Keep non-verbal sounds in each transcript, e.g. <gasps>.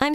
I'm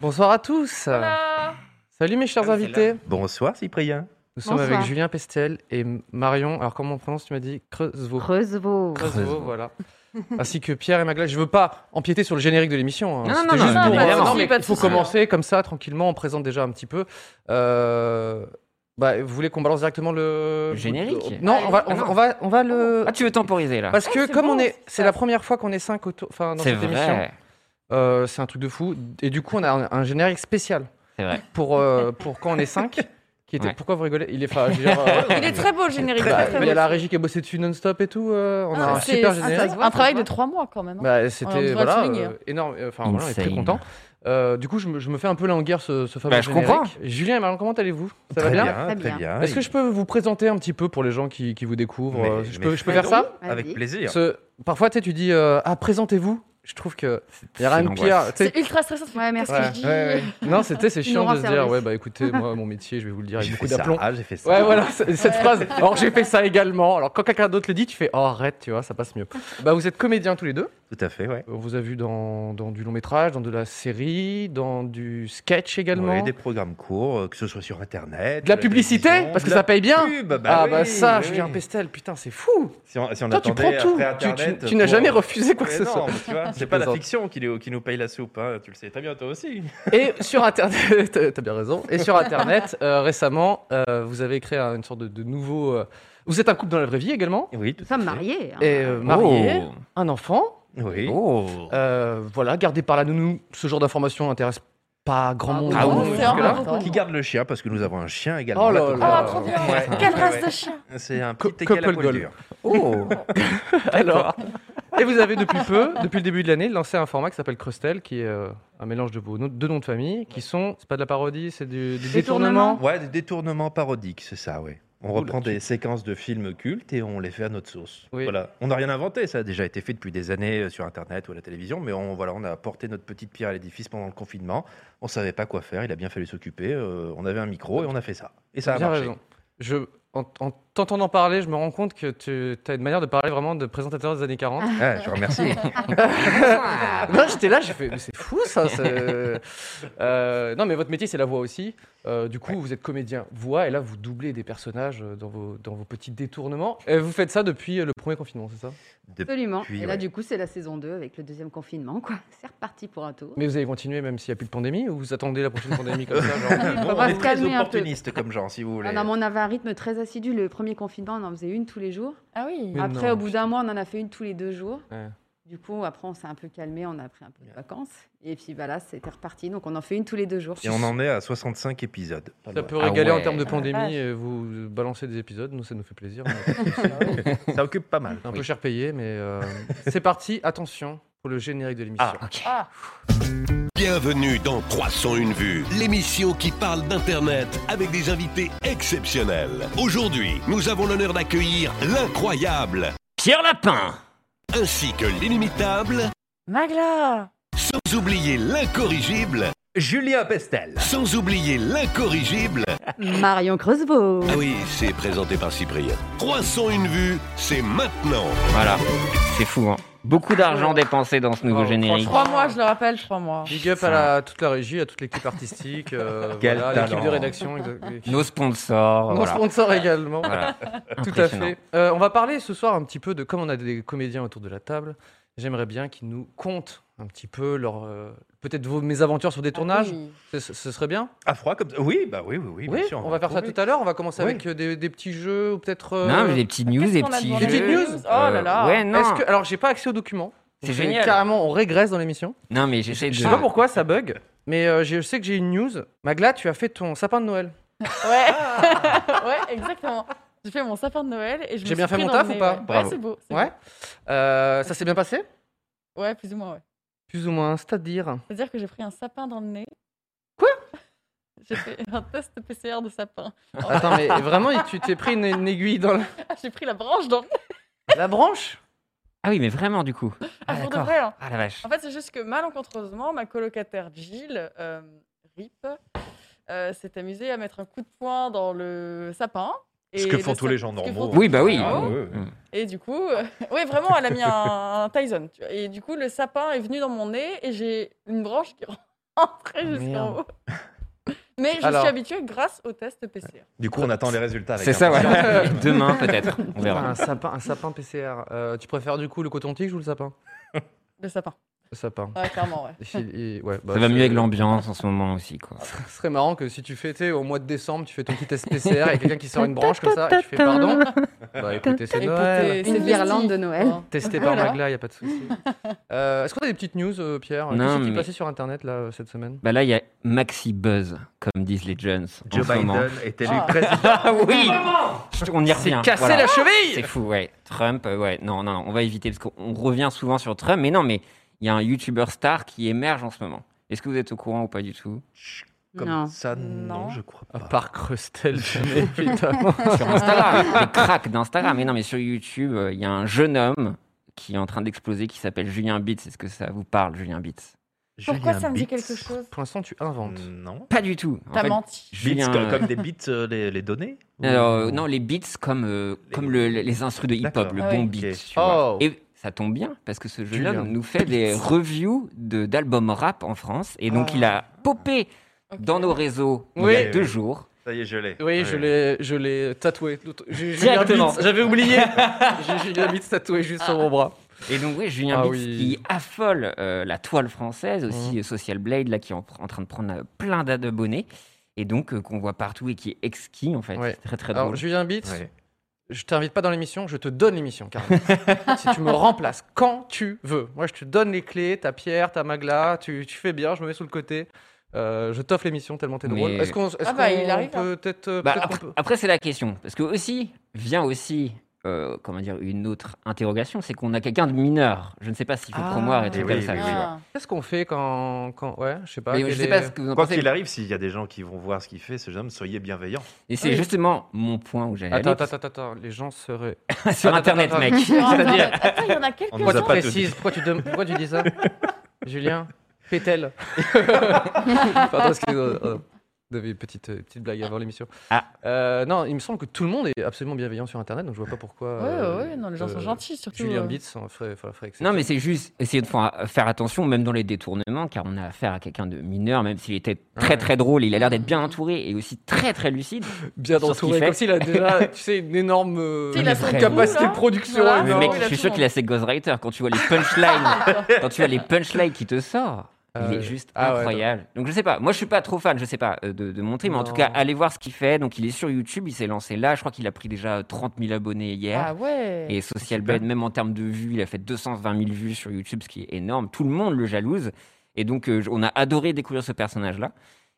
Bonsoir à tous. Salut mes chers invités. Bonsoir Cyprien. Nous sommes Bonsoir. avec Julien Pestel et Marion. Alors comment on prononce Tu m'as dit Creusevaux. Creusevaux. Creusevaux, voilà. Ainsi que Pierre et Magla. Je veux pas empiéter sur le générique de l'émission. hein. Non, non, C'était non, juste non, pour- pas de souci, mais pas il de faut souci. commencer comme ça tranquillement. On présente déjà un petit peu. Euh, bah, vous voulez qu'on balance directement le, Le générique Non, on va, on, va, on va, on va Euh, le. Ah, tu veux temporiser là Parce que c'est comme bon, on est, c'est c'est ça. la première fois qu'on est cinq autour, enfin dans C'est cette émission, vrai. euh, c'est un truc de fou. Et du coup, on a un, un générique spécial C'est vrai. pour euh, pour quand on est cinq. Qui était Ouais. pourquoi vous rigolez Il est, enfin, je veux dire, euh, Il est très beau le générique. bah, très, très il y a beau. la régie qui a bossé dessus non-stop et tout. euh, on a Ah, un c'est- super ah, ça se générique. voit, Un ça travail se de voit. trois mois quand même. hein. Bah, On c'était devrait voilà, le souligner, hein. euh, énorme. euh, Enfin, voilà, on est très Insane. content. Euh, du coup, je me, je me fais un peu la longueur ce, ce fameux Bah, je générique. comprends. Julien et Marion, comment allez-vous Ça va Très bien, bien, Très très bien. bien. Est-ce que je peux vous présenter un petit peu pour les gens qui, qui vous découvrent Mais- euh, Je mais peux, je peux fais faire ça Vas-y. Avec plaisir. Ce- Parfois, tu sais, tu dis euh, Ah, présentez-vous. Je trouve que il y a c'est rien de pire. l'angoisse. tu sais, C'est ultra stressant. Ouais, merci. Ouais, dis ouais, ouais. Non, c'était c'est Ils chiant nous de se rendent dire service. ouais bah écoutez moi mon métier je vais vous le dire avec J'ai beaucoup fait ça. d'aplomb. Ah, j'ai fait ça. Ouais voilà c'est- cette phrase. Alors j'ai fait ça également. Alors quand quelqu'un d'autre le dit tu fais oh arrête tu vois ça passe mieux. Bah vous êtes comédiens tous les deux. Tout à fait, ouais. On vous a vu dans, dans du long métrage, dans de la série, dans du sketch également. Ouais, des programmes courts, euh, que ce soit sur Internet. euh, De la publicité, parce que ça paye bien. ah bah ça, je suis un pestel, putain, c'est fou. Si on, si on Toi, tu prends attendait tout. après Tu- tu- Internet tu n'as pour- jamais refusé quoi que Mais ce non, soit. mais tu vois, <laughs> Je c'est pas la plaisante. fiction qui, nous- qui nous paye la soupe, hein, tu le sais très bien toi aussi. Et sur Internet, <laughs> t'as bien raison. Et sur Internet, euh, récemment, euh, vous avez créé un- une sorte de, de nouveau. euh, Vous êtes un couple dans la vraie vie également, Oui, tout Nous sommes mariés. hein. et Oh. euh, marié, un enfant. Oui. Euh, voilà, gardé par la nounou. Ce genre d'informations intéresse pas grand monde. Ah hein, oui, jusque-là. c'est vraiment Qui garde le chien parce que nous avons un chien également. Oh là Là, là. t'as- Ah, trop bien. Ouais. Quelle Ouais, race ouais. de chien C'est un Co- petit égal à Couple poil Gold. dur. Oh Alors, et vous avez depuis peu, depuis le début de l'année, lancé un format qui s'appelle Crustel, qui est euh, un mélange de vos no- deux noms de famille, qui sont, c'est pas de la parodie, c'est du, du détournement. Ouais, des détournements parodiques, c'est ça, ouais. On Oula, reprend tu- des séquences de films cultes et on les fait à notre sauce. Oui. Voilà. On n'a rien inventé, ça a déjà été fait depuis des années euh, sur Internet ou à la télévision, mais on, voilà, on a apporté notre petite pierre à l'édifice pendant le confinement. On savait pas quoi faire, il a bien fallu s'occuper. euh, on avait un micro et on a fait ça. Et ça a Bien marché. raison. Je, en en t'entendant parler, je me rends compte que tu as une manière de parler vraiment de présentateur des années 40. Ah, je <laughs> remercie. non, j'étais là, j'ai fait, Ah, mais c'est fou ça. c'est- Euh, non, mais votre métier, c'est la voix aussi. Euh, du coup, vous êtes comédien voix, et là, vous doublez des personnages euh, dans vos, dans vos petits détournements. Et vous faites ça depuis euh, le premier confinement, c'est ça De- Absolument. Puis, et là, ouais. du coup, c'est la saison 2 avec le deuxième confinement. quoi. <laughs> C'est reparti pour un tour. Mais vous allez continuer même s'il n'y a plus de pandémie ou vous attendez la prochaine pandémie comme ça genre <laughs> Bon, Faudra on se est très calmer un peu. opportuniste comme genre, si vous voulez. Ah non, mais on avait un rythme très assidu. Le premier confinement, on en faisait une tous les jours. Ah oui. Mais après, non, au bout d'un mois, on en a fait une tous les deux jours. Ouais. Du coup, après, on s'est un peu calmé. On a pris un peu de vacances. Et puis, bah, là, c'était reparti. Donc, on en fait une tous les deux jours. Et on en est à 65 épisodes. Pas Ça loin. peut régaler Ah ouais. en termes de Ah, pandémie, vache. et vous balancez des épisodes, nous ça nous fait plaisir. Ça occupe pas mal. un oui. peu cher payé, mais euh, c'est parti, attention pour le générique de l'émission. Ah, ok. Ah. Bienvenue dans 301 vues, l'émission qui parle d'Internet avec des invités exceptionnels. Aujourd'hui, nous avons l'honneur d'accueillir l'incroyable Pierre Lapin ainsi que l'inimitable, Magla. sans oublier l'incorrigible, Julien Pestel. sans oublier l'incorrigible. <laughs> Marion Creusevaux. Ah oui, c'est présenté par Cyprien. 301 vues, c'est maintenant. Voilà, c'est fou, hein. Beaucoup d'argent dépensé dans ce nouveau Oh, générique. Trois mois, je le rappelle, trois mois. Big up à la- toute la régie, à toute l'équipe <laughs> artistique, euh, Quel voilà, l'équipe de talent. rédaction, exact- Nos sponsors, nos voilà. sponsors également. Voilà. Tout à Impressionnant. fait. Euh, on va parler ce soir un petit peu de, comme on a des comédiens autour de la table, j'aimerais bien qu'ils nous content un petit peu leur, euh, peut-être vos mésaventures sur des tournages. Ce- ce serait bien. À froid comme ça Oui, bah oui, oui, oui. Oui, bien sûr, on, va faire ça trouver. tout à l'heure. On va commencer Oui. avec euh, des, des petits jeux ou peut-être. euh, Non, mais des petites news, Qu'est-ce des qu'on a petits demandé jeux. Euh, Des petites news Oh là là. Ouais, non. Est-ce que alors j'ai pas accès au document C'est génial. Carrément, on régresse dans l'émission. Non, mais j'essaie de. Je sais pas pourquoi ça bug, mais euh, je sais que j'ai une news. Magla, tu as fait ton sapin de Noël. Ouais. Ah ouais, <laughs> exactement. J'ai fait mon sapin de Noël et je me J'ai bien suis fait pris mon dans le taf ou nez, pas ouais. Ouais, Bravo. c'est beau. c'est Ouais. Euh, ça s'est bien passé beau. Ouais, plus ou moins, ouais. Plus ou moins, c'est-à-dire. C'est-à-dire que j'ai pris un sapin dans le nez. Quoi J'ai fait un test PCR de sapin. <laughs> Attends, mais vraiment, tu t'es pris une, une aiguille dans la, Ah, j'ai pris la branche dans le nez. <laughs> la branche Ah oui, mais vraiment, du coup. Ah, pour de d'accord. vrai, hein. Ah la vache. En fait, c'est juste que malencontreusement, ma colocataire Jill, euh, RIP, euh, s'est amusée à mettre un coup de poing dans le sapin. Ce que le font tous les sa- gens ce que normaux. font- Oui, bah oui. Ah, ouais, ouais. Mm. Et du coup, oui, vraiment, elle a mis un, un Tyson. tu vois. Et du coup, le sapin est venu dans mon nez et j'ai une branche qui <laughs> rentrait jusqu'en haut. Mais je Alors. suis habituée grâce au test PCR. Du coup, on attend les résultats. avec C'est ça, ouais. impatience. <laughs> Demain, peut-être. On verra. un sapin, un sapin PCR. Euh, tu préfères du coup le coton-tige ou le sapin Le sapin. Le sapin. Ouais, clairement, ouais. Il- il- ouais, bah, Ça va c'est- mieux avec l'ambiance en ce moment aussi, quoi. <laughs> Ce serait marrant que si tu fêtais au mois de décembre, tu fais ton petit test PCR et quelqu'un qui sort une branche comme ça, et tu fais pardon. Bah écoutez, c'est Noël. Écoutez, Une c'est guirlande festif, de Noël. quoi. Testé par Voilà. Magla, il a pas de souci. Euh, Est-ce qu'on a des petites news, euh, Pierre Non, Qu'est-ce qui est mais- passé sur Internet là euh, cette semaine Bah là, il y a Maxi Buzz, comme disent les jeunes. en Joe ce moment. Biden est élu Ah. président. Ah oui Chut, On y revient. Casser Voilà. la cheville C'est fou, ouais. Trump, euh, ouais. Non, non, non, on va éviter parce qu'on revient souvent sur Trump. Mais non, mais il y a un YouTuber star qui émerge en ce moment. Est-ce que vous êtes au courant ou pas du tout Comme Non. ça, non, Non. je crois À pas. part Ah bah. Crustel, <laughs> évidemment. Sur Instagram, <laughs> les cracks d'Instagram. Mais non, mais sur YouTube, euh, il y a un jeune homme qui est en train d'exploser qui s'appelle Julien Bitz. Est-ce que ça vous parle, Julien Bitz Pourquoi Julien ça me dit Bitz. quelque chose Pour l'instant, tu inventes. Hmm. Non. Pas du tout. En T'as fait, menti. Beats, Julien, comme, euh, comme des beats, euh, les, les données Ou- Alors, euh, non, les beats comme, euh, Les- comme le- le- les instrus de hip-hop, D'accord. le Ah bon oui. beat. Ok. tu vois. Oh. Et ça tombe bien, parce que ce jeune Julien. homme nous fait des reviews de- d'albums rap en France. Et donc, Ah. il a popé Ok. dans nos réseaux Oui. il y a deux jours. Ça y est, je l'ai. Oui, je l'ai, je l'ai tatoué. L'autre- j'ai- j'ai Directement. Ah. Julien Bitz, <laughs> J'avais oublié. J'ai Julien Bitz tatoué juste sur mon bras. Et donc, oui, Julien Ah Bitz oui. Mhm. qui affole euh, la toile française, aussi euh, Social Blade, là, qui est en, en train de prendre euh, plein d'abonnés. Et donc, euh, qu'on voit partout et qui est exquis, en fait. Ouais. C'est Très, très drôle. Alors, Julien Bitz, Ouais. je t'invite pas dans l'émission, je te donne <laughs> l'émission, carrément. si tu me remplaces quand tu veux. Moi, je te donne les clés, ta pierre, ta magla, tu, tu fais bien, je me mets sous le côté. Euh, je t'offre l'émission tellement t'es Mais- drôle. Est-ce qu'on est Ah bah, il arrive, peut peut-être. euh, Bah, peut-être qu'on après, peut- après, c'est la question. Parce que aussi, vient aussi, euh, comment dire, une autre interrogation, c'est qu'on a quelqu'un de mineur. Je ne sais pas s'il faut Ah. promouvoir et Eh tout oui, comme ça. oui, tu oui. vois. Ah. Qu'est-ce qu'on fait quand, quand. Ouais, je sais pas. Mais quel je ne sais est- pas ce que vous en Quoi pensez. qu'il arrive, s'il y a des gens qui vont voir ce qu'il fait, ce jeune homme, soyez bienveillants. Et c'est Oui. justement mon point où j'allais Attends, aller. attends, attends, attends, les gens seraient. <laughs> Sur attends, Internet, attends, Attends, mec. <laughs> C'est-à-dire, Oh, attends, il y en a On quelques-uns. nous a Pourquoi tu pas tout précises dit. pourquoi tu, dem- pourquoi tu dis <laughs> ça Julien Pétel. <laughs> Pardon, excusez-moi. Oh, J'avais une petite, euh, petite blague avant l'émission. Ah. Euh, non, il me semble que tout le monde est absolument bienveillant sur Internet, donc je vois pas pourquoi. Ouais, ouais, euh, ouais, non, les gens euh, sont gentils, surtout. Julien euh. Bitz en ferait, ferait- ferait exception. Non, mais c'est juste essayer de faire faire attention, même dans les détournements, car on a affaire à quelqu'un de mineur, même s'il était Ouais. très très drôle, il a l'air d'être bien entouré et aussi très très lucide. bien sur ce qu'il entouré. fait. Comme <laughs> s'il a déjà, tu sais, une énorme euh, Tu sais, il a son capacité trou, de là. production. Voilà. Ah, Mais non, mec, il a je suis tout sûr le qu'il a ses ghostwriters. Quand tu vois les <laughs> punchlines, quand tu vois les punchlines qui te sort, Ah il ouais. est juste Ah ouais, incroyable. Donc je sais pas, moi je suis pas trop fan, je sais pas euh, de, de mon tri, mais en tout Non. cas allez voir ce qu'il fait. Donc il est sur YouTube, il s'est lancé là, je crois qu'il a pris déjà 30 000 abonnés hier. Ah ouais. Et Social Blade, même en termes de vues, il a fait 220 000 vues sur YouTube, ce qui est énorme. Tout le monde le jalouse. Et donc, euh, j- on a adoré découvrir ce personnage-là.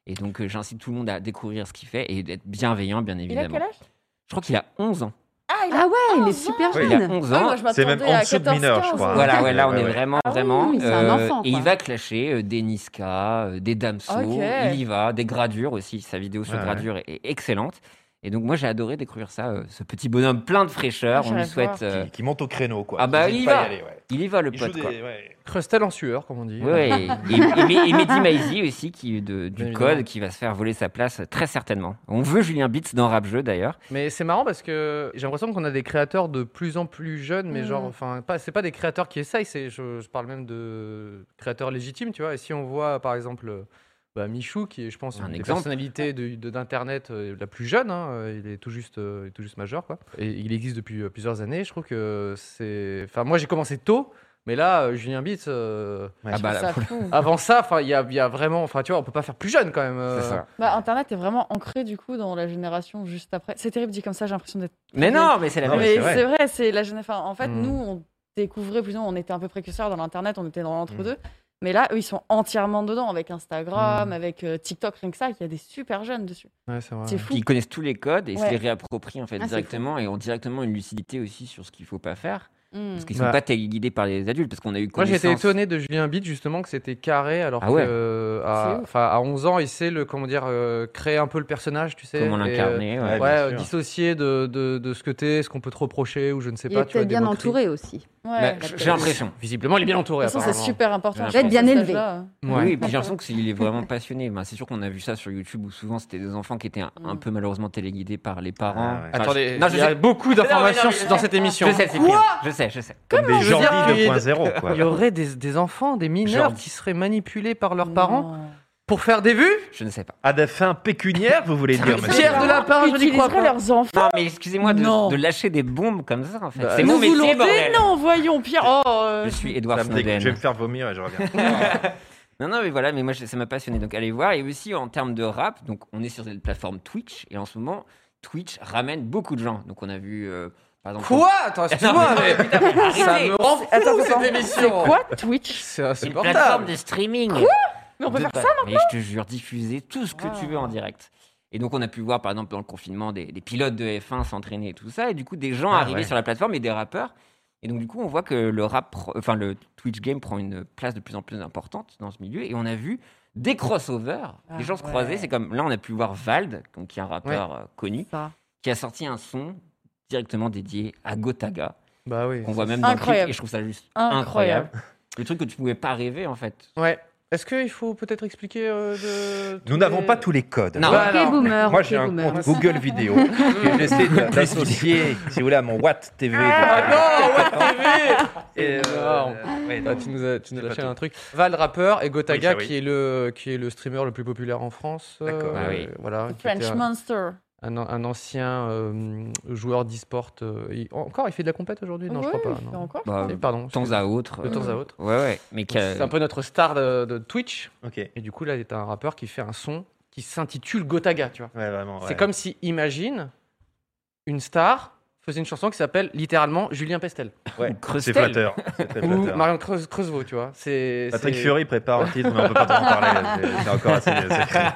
Et donc, euh, j'incite tout le monde à découvrir ce qu'il fait et d'être bienveillant, bien Il a évidemment. quel âge Je crois qu'il a 11 ans. Ah, il a Ah ouais, il est 11 ans. super Oui, Il a jeune. 11 Ah, ans. moi, je C'est même m'attendais en à dessous de 14, mineur, je 15, crois. ouais. Voilà, ouais, là, on Ouais, est ouais. vraiment, Ah oui, vraiment. euh, oui, c'est un enfant, et il quoi. va clasher euh, des Niska, euh, des Damso, Ok. il y va, des Gradures aussi. Sa vidéo sur Ouais, Gradure est, est excellente. Et donc, moi, j'ai adoré découvrir ça, euh, ce petit bonhomme plein de fraîcheur. Ah, on lui j'irai souhaite. euh, Qui, qui monte au créneau, quoi. Ah bah, N'hésite il pas à va. aller, ouais. il y va, le Il pote, joue des- quoi. ouais. Crustel en sueur, comme on dit. Ouais, et, et, et- et Mehdi Maizi aussi, qui, de, Bien du évidemment. code, qui va se faire voler sa place euh, très certainement. On veut Julien Bitz dans Rap Jeu d'ailleurs. Mais c'est marrant parce que j'ai l'impression qu'on a des créateurs de plus en plus jeunes, mais genre, Mhm. enfin, pas, c'est pas des créateurs qui essayent, c'est, je, je parle même de créateurs légitimes, tu vois. Et si on voit, par exemple, bah, Michou, qui est, je pense, Un une des exemple. personnalités de- de- d'Internet euh, la plus jeune, hein, euh, il est tout juste, euh, il est tout juste majeur, quoi. Et il existe depuis euh, plusieurs années. Je trouve que c'est, enfin, moi j'ai commencé tôt, mais là, euh, Julien Bitz, euh, Ouais, Ah bah, Ça fout. avant ça, enfin, il y a, il y a vraiment, enfin, tu vois, on peut pas faire plus jeune quand même. euh. c'est ça. Bah, Internet est vraiment ancré du coup dans la génération juste après. C'est terrible dit comme ça, j'ai l'impression d'être. Mais non, mais c'est la Non, même mais mais chose. vrai. c'est vrai, c'est la génération. Enfin, en fait, Mm. nous, on découvrait plus ou moins, on était un peu précurseurs dans l'internet, on était dans l'entre-deux. Mais là, eux, ils sont entièrement dedans avec Instagram, Mm. avec euh, TikTok, rien que ça. Il y a des super jeunes dessus. Ouais, c'est vrai. C'est fou. Ils connaissent tous les codes et ils se Ouais. les réapproprient en fait Ah, c'est directement et ont directement une lucidité aussi sur ce qu'il faut pas faire. Hmm. Parce qu'ils sont Voilà. pas téléguidés par les adultes, parce qu'on a eu Bah. Moi, connaissance. j'étais étonné de Julien Bide, justement, que c'était carré, alors Ah ouais. que, euh, à, C'est ouf. enfin, à 11 ans, il sait le, comment dire, euh, créer un peu le personnage, tu sais. Comment et, euh, l'incarner. ouais. ouais, Ouais, bien euh, sûr. dissocier de, de, de ce que t'es, ce qu'on peut te reprocher, ou je ne sais Il pas. est tu vois, peut-être des bien moqueries. entouré aussi. Ouais. Bah, J'ai l'impression. Visiblement, il est bien De entouré. toute façon, c'est apparemment. super important. Ouais. je pense, Bien à cet élevé. âge-là. hein. Ouais. Oui, et puis j'ai l'impression que s'il est vraiment passionné, ben, c'est sûr qu'on a vu ça sur YouTube où souvent c'était des enfants qui étaient un, un Mm. peu malheureusement téléguidés par les parents. Ah ouais. Enfin, Attendez, non, je il y a sais. beaucoup d'informations dans cette émission. Je sais, c'est pire. Je sais, je sais. Comme des je veux gens dire qu'il- 2.0, quoi. <laughs> Il y aurait des, des enfants, des mineurs Genre. qui seraient manipulés par leurs parents Non. pour faire des vues Je ne sais pas. À des fins pécuniaires, vous voulez dire, Les monsieur Pierre de la part, je n'y crois utiliseraient pas. leurs enfants. Non, mais excusez-moi de, Non. de lâcher des bombes comme ça, en fait. Bah, c'est nous mon Nous voulons métier, des bordel. noms, voyons, Pierre. Oh, euh, Je suis Ça Edouard me dégoûte, Snowden. Je vais me faire vomir et je reviens. Non, non, mais voilà, mais moi, je- ça m'a passionné. Donc, allez voir. Et aussi, en termes de rap, donc, on est sur cette plateforme Twitch. Et en ce moment, Twitch ramène beaucoup de gens. Donc, on a vu, euh, par exemple. Quoi Attends, excuse-moi, mais ça arrêtez. me rend fou cette émission. Quoi, Twitch C'est une plateforme insupportable. de streaming. Mais on peut De- faire ça Ah. Mais je te jure, diffuser tout ce que tu veux en direct. Et donc, on a pu voir, par exemple, dans le confinement, des, des pilotes de F1 s'entraîner et tout ça. Et du coup, des gens Ah, arrivaient ouais. sur la plateforme et des rappeurs. Et donc, du coup, on voit que le rap, pro- enfin, le Twitch game prend une place de plus en plus importante dans ce milieu. Et on a vu des crossovers, Ah, des gens se ouais. croiser. C'est comme là, on a pu voir Vald, donc, qui est un rappeur euh, connu, Ça. qui a sorti un son directement dédié à Gotaga. Bah oui. On voit même dans le clip, Incroyable. et je trouve ça juste Incroyable. incroyable. Le truc que tu pouvais pas rêver, en fait. Ouais. Est-ce qu'il faut peut-être expliquer euh, de... Nous n'avons pas tous les codes. Non. Bah, Ok, alors, boomer. Moi, ok, j'ai un boomer. compte Google Vidéo <laughs> que j'essaie de- d'associer, si vous voulez, à mon Watt TV. Ah non, ouais, TV Et, euh, Énorme. ouais, Ah, non. tu nous as, tu nous as C'est lâché pas un truc. Val rappeur et Gotaga Oui, ça, oui. qui est le qui est le streamer le plus populaire en France. euh, D'accord. Ah oui. Voilà. qui était French un- Monster. un, an- un ancien euh, joueur d'e-sport. euh, il- encore, il fait de la compète aujourd'hui Non, je Ouais, crois pas. il fait non. encore Bah, Et Pardon. de temps à autre. De temps à autre. Ouais, ouais. Mais qui a- C'est un peu notre star de, de Twitch. Ok. Ouais, Et du coup, là, il est un rappeur qui fait un son qui s'intitule Gotaga, tu vois. vraiment. ouais. C'est comme si, imagine, une star faisait une chanson qui s'appelle littéralement Julien Pestel. Ouais, Creustel. C'est flatteur. C'est très Ou flatteur. Marion Creus- Creusevaux, tu vois. C'est, Patrick c'est- Fury prépare un titre, mais on peut pas trop en parler. c'est- C'est encore assez secret.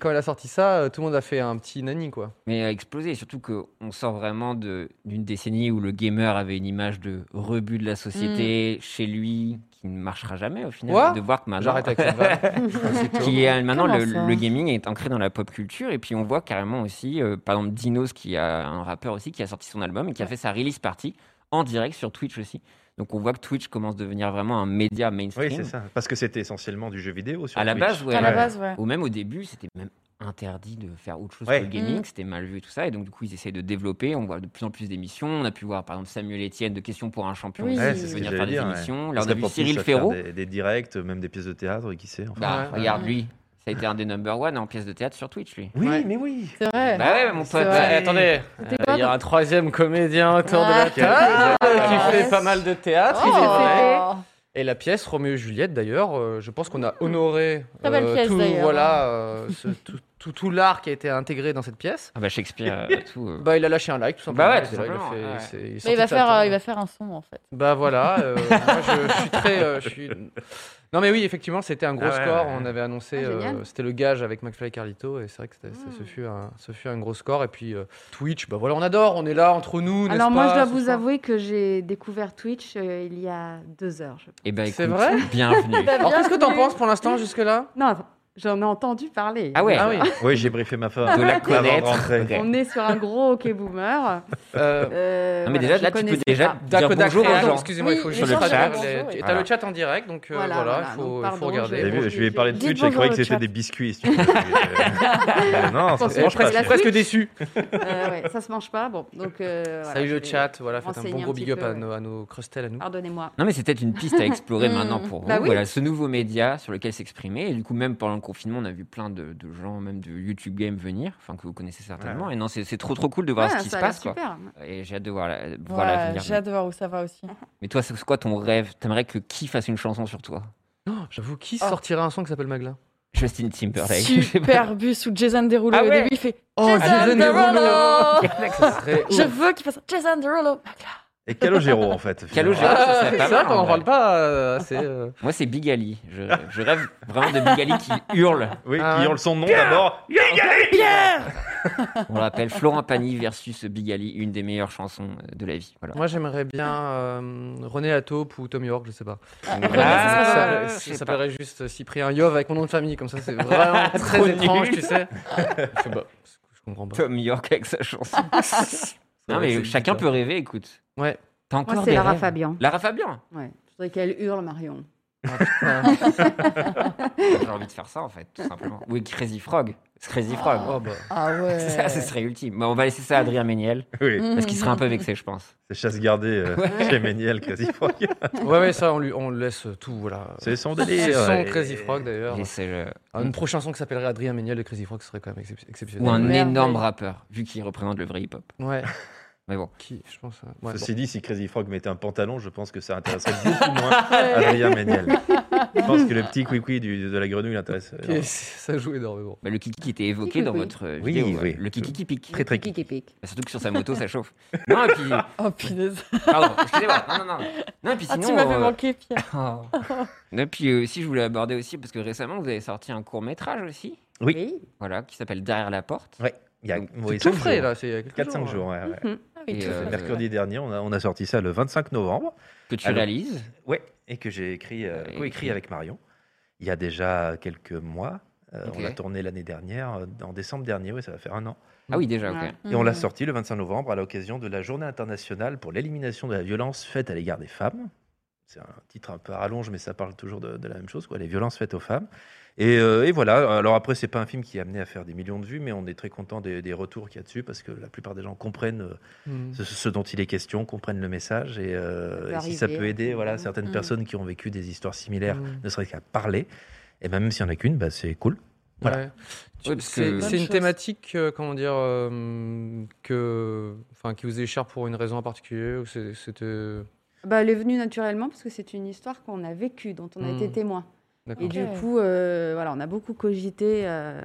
Quand elle a sorti ça, euh, tout le monde a fait un petit nani, quoi. Mais a explosé. Surtout qu'on sort vraiment de- d'une décennie où le gamer avait une image de rebut de la société Mm. chez lui qui ne marchera jamais au final. Quoi de voir que Ah maintenant, J'arrête avec <laughs> cette vanne. <laughs> qui est, maintenant le, Comment ça le gaming est ancré dans la pop culture. Et puis on voit carrément aussi, euh, par exemple, Dinos, qui a un rappeur aussi, qui a sorti son album et qui a fait sa release party en direct sur Twitch aussi. Donc on voit que Twitch commence à devenir vraiment un média mainstream. Oui, c'est ça. Parce que c'était essentiellement du jeu vidéo. Sur À la Twitch. base, ouais. À la Ouais. base, ouais. Ou même au début, c'était même interdit de faire autre chose Ouais. que le gaming, Mm. c'était mal vu et tout ça. Et donc, du coup, ils essayent de développer. On voit de plus en plus d'émissions. On a pu voir, par exemple, Samuel Etienne de Questions pour un champion Oui. qui Ouais, veut c'est ce que venir j'allais faire des dire, ouais. émissions. Là, Parce on a qu'elle vu propose Cyril à faire Ferraud. Des, des directs, même des pièces de théâtre, et qui sait. enfin. Bah, Ouais. regarde Ouais. lui. Ça a été un des number one en pièce de théâtre sur Twitch, lui. Oui, Ouais. mais oui. C'est vrai. Bah ouais, mon C'est pote. vrai. Ouais, attendez, C'était euh, quoi, il y a un troisième comédien autour de Ah. la table euh, Ah. qui fait pas mal de théâtre. il est vrai. Oh. Et la pièce Roméo et Juliette, d'ailleurs, euh, je pense qu'on a honoré Très belle pièce, tout, d'ailleurs. hein. voilà, euh, ce- tout, tout- tout l'art qui a été intégré dans cette pièce. Ah bah Shakespeare, euh, tout. euh. Bah, il a lâché un like, tout simplement. Bah ouais, C'est tout vrai, il a simplement, fait- ouais. c'est- est Mais sorti il va, de sa faire, euh, tombe. il va faire un son en fait. Bah voilà, euh, moi, je, je suis très. euh, je suis... <laughs> Non, mais oui, effectivement, c'était un gros Ah ouais, score. ouais, ouais. On avait annoncé, Ah, génial. Hmm. euh, c'était le gage avec McFly et Carlito, et c'est vrai que c'était- ça- ce, fut un, ce fut un gros score. Et puis euh, Twitch, bah voilà, on adore, on est là entre nous. n'est-ce Alors moi, je pas, dois ce vous soir avouer que j'ai découvert Twitch euh, il y a deux heures. je- Et bah écoute, C'est vrai bienvenue. Alors, qu'est-ce que t'en Bienvenue. penses pour l'instant, jusque-là Non, j'en ai entendu parler. Ah ouais. <laughs> Ah oui. Oui, j'ai briefé ma femme. De la avant connaître. rentrer. Ok. On est sur un gros hockey <laughs> boomer. Euh, Euh, Non, mais voilà, déjà, je là, tu peux connaissais déjà pas. dire Dakoda bonjour aux Créa, gens. Excusez-moi, il faut Oui, juste sur le faire chat. les- Bonjour, oui. Et t'as Voilà. le chat en direct, donc euh, Voilà, voilà, il voilà, faut, donc, il pardon, faut Vous regarder. avez vu, je lui ai parlé de Dites Twitch, elle croyait que bonjour au c'était chat. des biscuits. si tu veux. Mais Non, ça se Et mange pas. presque, la ça. presque Twitch. déçu. Euh, ouais, ça se mange pas. Bon, donc. <laughs> euh, voilà, Salut je le vais- chat, voilà, faites un renseigner bon un gros petit big up peu, à ouais. nos, à nos crustels, à nous. Pardonnez-moi. Non, mais c'est peut-être une piste à explorer Mm. maintenant pour Bah vous. oui. Voilà, ce nouveau média sur lequel s'exprimer. Et du coup, même pendant le confinement, on a vu plein de, de gens, même de YouTube Game venir, enfin que vous connaissez certainement. Et non, c'est c'est trop trop cool de voir Ouais, ce qui Ah, ça se a l'air passe. Quoi. super. Et j'ai hâte de voir la- de voir Ouais, l'avenir. J'ai hâte de voir où ça va aussi. Mais toi, c'est c'est quoi ton rêve T'aimerais que qui fasse une chanson sur toi Oh, J'avoue, qui Oh. sortira un son qui s'appelle Magla Justin Timberlake. Je sais pas. Superbus ou Jason Derulo. Ah Au ouais. début, il fait Oh, Jason Jason Derulo Derulo. Ça serait Je ouf. veux qu'il fasse Jason Derulo. Magla. Et Calogero, en fait. finalement. Calogero. Ah, ce serait pas c'est vrai mal, qu'on en en parle vrai. pas euh, assez. euh. <laughs> Moi, c'est Bigali. Je, je rêve vraiment de Bigali qui hurle. Oui, Ah qui ouais. hurle son nom d'abord. On l'appelle Florent Pagny versus Bigali, une des meilleures chansons euh, de la vie. Voilà. Moi, j'aimerais bien euh, René Lataupe ou Tom York, je sais pas. Ah, ça, je ça sais pas. s'appellerait juste Cyprien Yov avec mon nom de famille, comme ça c'est vraiment Trop très étrange, nul. tu sais. je, sais pas, je comprends pas. Tom York avec sa <laughs> chanson. non, vrai que mais c'est chacun peut bizarre. rêver, écoute. Ouais. T'as encore Moi, des c'est Lara rêves. Fabian. Lara Fabian Ouais. Je voudrais qu'elle hurle, Marion. J'ai envie de faire ça, en fait, tout simplement. Oui, Crazy Frog. Crazy Frog. <laughs> Oh, bah. Ah ouais. <laughs> Ça, ce serait ultime. Bon, on va laisser ça à Adrien Méniel, Oui, parce qu'il serait un peu vexé, je pense. c'est chasse gardée euh, Ouais. <laughs> chez Méniel, <laughs> Crazy Frog. Ouais, ouais, ça, on lui on lui laisse tout, voilà. C'est son C'est délire. son ouais. Crazy Frog d'ailleurs. Mmh. Et c'est, euh, Une prochaine chanson qui s'appellerait Adrien Méniel de Crazy Frog ce serait quand même excep- Ou un exceptionnel. Merveille. énorme rappeur, vu qu'il représente le vrai hip-hop. Ouais. Mais bon. Qui, je pense. euh, ouais, Ceci dit, si Crazy Frog mettait un pantalon, je pense que ça intéresserait beaucoup <laughs> moins Adrien Méniel. Je pense que le petit quick de la grenouille l'intéresse. euh, bon. Ok, <laughs> Ça joue énormément. Bah, le kiki qui était évoqué Kiki, dans oui. votre euh, Oui, vidéo. ouais. oui. Le kiki qui pique. Très très Pique et pique. Bah, Surtout que sur sa moto, ça chauffe. Non, et puis. Oh punaise. Pardon, excusez-moi. Non, non, non. Non, et puis Ah, sinon. tu m'avais euh, <laughs> manqué, Pierre. Oh. Et puis euh, aussi, je voulais aborder aussi, parce que récemment, vous avez sorti un court-métrage aussi, Oui. voilà, qui s'appelle Derrière la porte. Ouais, il y a C'est oui, hein. tout cinq frais jours. là, hein. c'est il y a quelques 4-5 ouais. jours, ouais, ouais. Mhm. Et, euh, <laughs> Mercredi dernier, on a, on a sorti ça le 25 novembre. que tu Alors- réalises. Ouais, et que j'ai écrit, euh, Euh, coécrit écrit. avec Marion il y a déjà quelques mois. Euh, Ok. On l'a tourné l'année dernière, euh, en décembre dernier, ouais, ça va faire un an. Ah oui, déjà, ok. Ouais. Et on l'a Mhm. sorti le 25 novembre à l'occasion de la Journée internationale pour l'élimination de la violence faite à l'égard des femmes. C'est un titre un peu à rallonge, mais ça parle toujours de, de la même chose, quoi, les violences faites aux femmes. Et, euh, et voilà, alors après, c'est pas un film qui est amené à faire des millions de vues, mais on est très content des, des retours qu'il y a dessus, parce que la plupart des gens comprennent euh, Mm. ce, ce dont il est question, comprennent le message, et, euh, peut et si ça arriver. peut aider voilà, certaines Mhm. personnes qui ont vécu des histoires similaires, Mhm. ne serait-ce qu'à parler, et ben, même s'il n'y en a qu'une, bah, c'est cool. Voilà. Ouais. Oui, parce C'est que- c'est Bonne une chose. thématique, euh, comment dire, euh, que, enfin, qui vous est chère pour une raison en particulier ou c'est- c'était. Bah, elle est venue naturellement parce que c'est une histoire qu'on a vécue, dont on a Hmm. Mm. été témoin. D'accord. Et du Ok. coup, euh, voilà, on a beaucoup cogité, euh,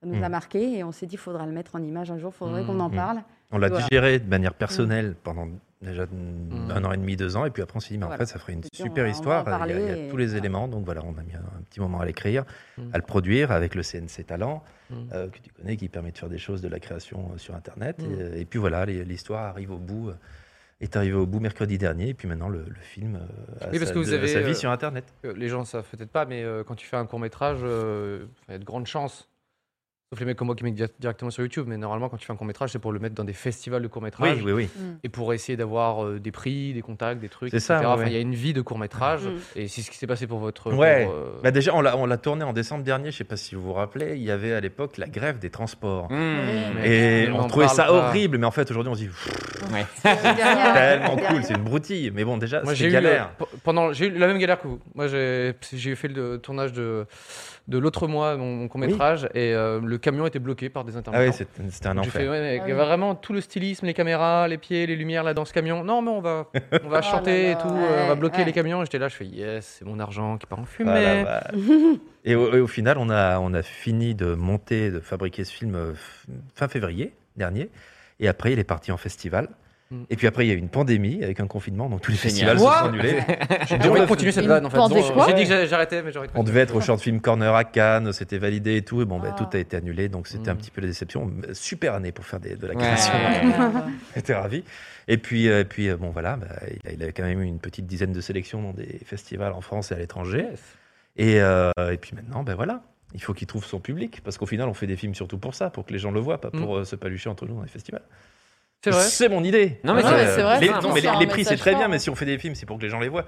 ça nous a Mm. marqué et on s'est dit, il faudra le mettre en image un jour, il faudrait Mm, qu'on en mm. <laughs> parle. On l'a Voilà. Mm. digéré de manière personnelle pendant déjà Mm. un an et demi, deux ans, et puis après on s'est dit, mais en Voilà. fait, ça ferait une Et puis, on va- on super va en histoire. Il y a- il y a, parler, et tous les voilà. éléments, donc voilà, on a mis un, un petit moment à l'écrire, Mm. à le produire avec le CNC Talent Mm. euh, que tu connais, qui permet de faire des choses de la création euh, sur Internet. Mm. Et, euh, Et, puis voilà, les- l'histoire arrive au bout. euh, est arrivée au bout mercredi dernier, et puis maintenant le, le film euh, a Oui, parce sa, que vous de- a avez, sa vie euh, sur Internet. Euh, Les gens savent peut-être pas, mais euh, quand tu fais un court métrage, euh, il y a de grandes chances. Sauf les mecs comme moi qui mettent dia- directement sur YouTube, mais normalement, quand tu fais un court métrage, c'est pour le mettre dans des festivals de court Oui, métrage oui, oui. et pour essayer d'avoir euh, des prix, des contacts, des trucs. C'est ça, etc.. ouais, Enfin, ouais. Il y a une vie de court métrage Mm. et c'est ce qui s'est passé pour votre. Ouais. pour, euh, Bah déjà, on l'a on l'a tourné en décembre dernier, je ne sais pas si vous vous rappelez, il y avait à l'époque la grève des transports. Mmh. mais Et on on n'en trouvait parle ça pas. horrible, mais en fait aujourd'hui on se dit, pff, <laughs> Ouais. C'est derrière, tellement c'est cool, derrière. c'est une broutille. Mais bon, déjà, Moi, c'est j'ai eu, galère. euh, pe- pendant, j'ai eu la même galère que vous. Moi, j'ai j'ai fait le tournage de, de l'autre mois, mon, court métrage, et euh, le camion était bloqué par des Ah oui, intermittents. c'était c'était un J'ai fait, enfer. ouais, mais Ah il y oui. avait vraiment tout le stylisme, les caméras, les pieds, les lumières là dans ce camion. Non, mais on va, on <laughs> va Oh chanter là là. et tout, euh, on va Ouais, bloquer ouais. les camions. Et J'étais là, je fais yes, c'est mon argent qui part en fumée. Ah là là. <laughs> Et au, et au final, on a, on a fini de monter, de fabriquer ce film euh, f- fin février dernier. Et après, il est parti en festival. Mm. Et puis après, il y a eu une pandémie avec un confinement, donc tous les festivals Génial. se sont Quoi <laughs> annulés. J'ai J'ai bien envie de le- continuer cette Une vanne en fait. pensée Donc, quoi J'ai dit que j'a- j'arrêtais, mais j'arrête. On devait être au Short Film Corner à Cannes, c'était validé et tout. Et bon, ben, Ah. tout a été annulé, donc c'était un Mm. petit peu la déception. Mais Super année pour faire des- de la Ouais. création. Ouais. <laughs> J'étais ravi. Et puis, euh, et puis euh, bon, voilà, bah, il, a, il a quand même eu une petite dizaine de sélections dans des festivals en France et à l'étranger. Et, euh, et puis maintenant, ben voilà, il faut qu'il trouve son public, parce qu'au final, on fait des films surtout pour ça, pour que les gens le voient, pas Mm. pour euh, se palucher entre nous dans les festivals. C'est vrai. mon idée. Non, mais Voilà, c'est- euh, c'est vrai, les- c'est non, mais les, important, les un prix, c'est message très bien, fort. mais si on fait des films, c'est pour que les gens les voient.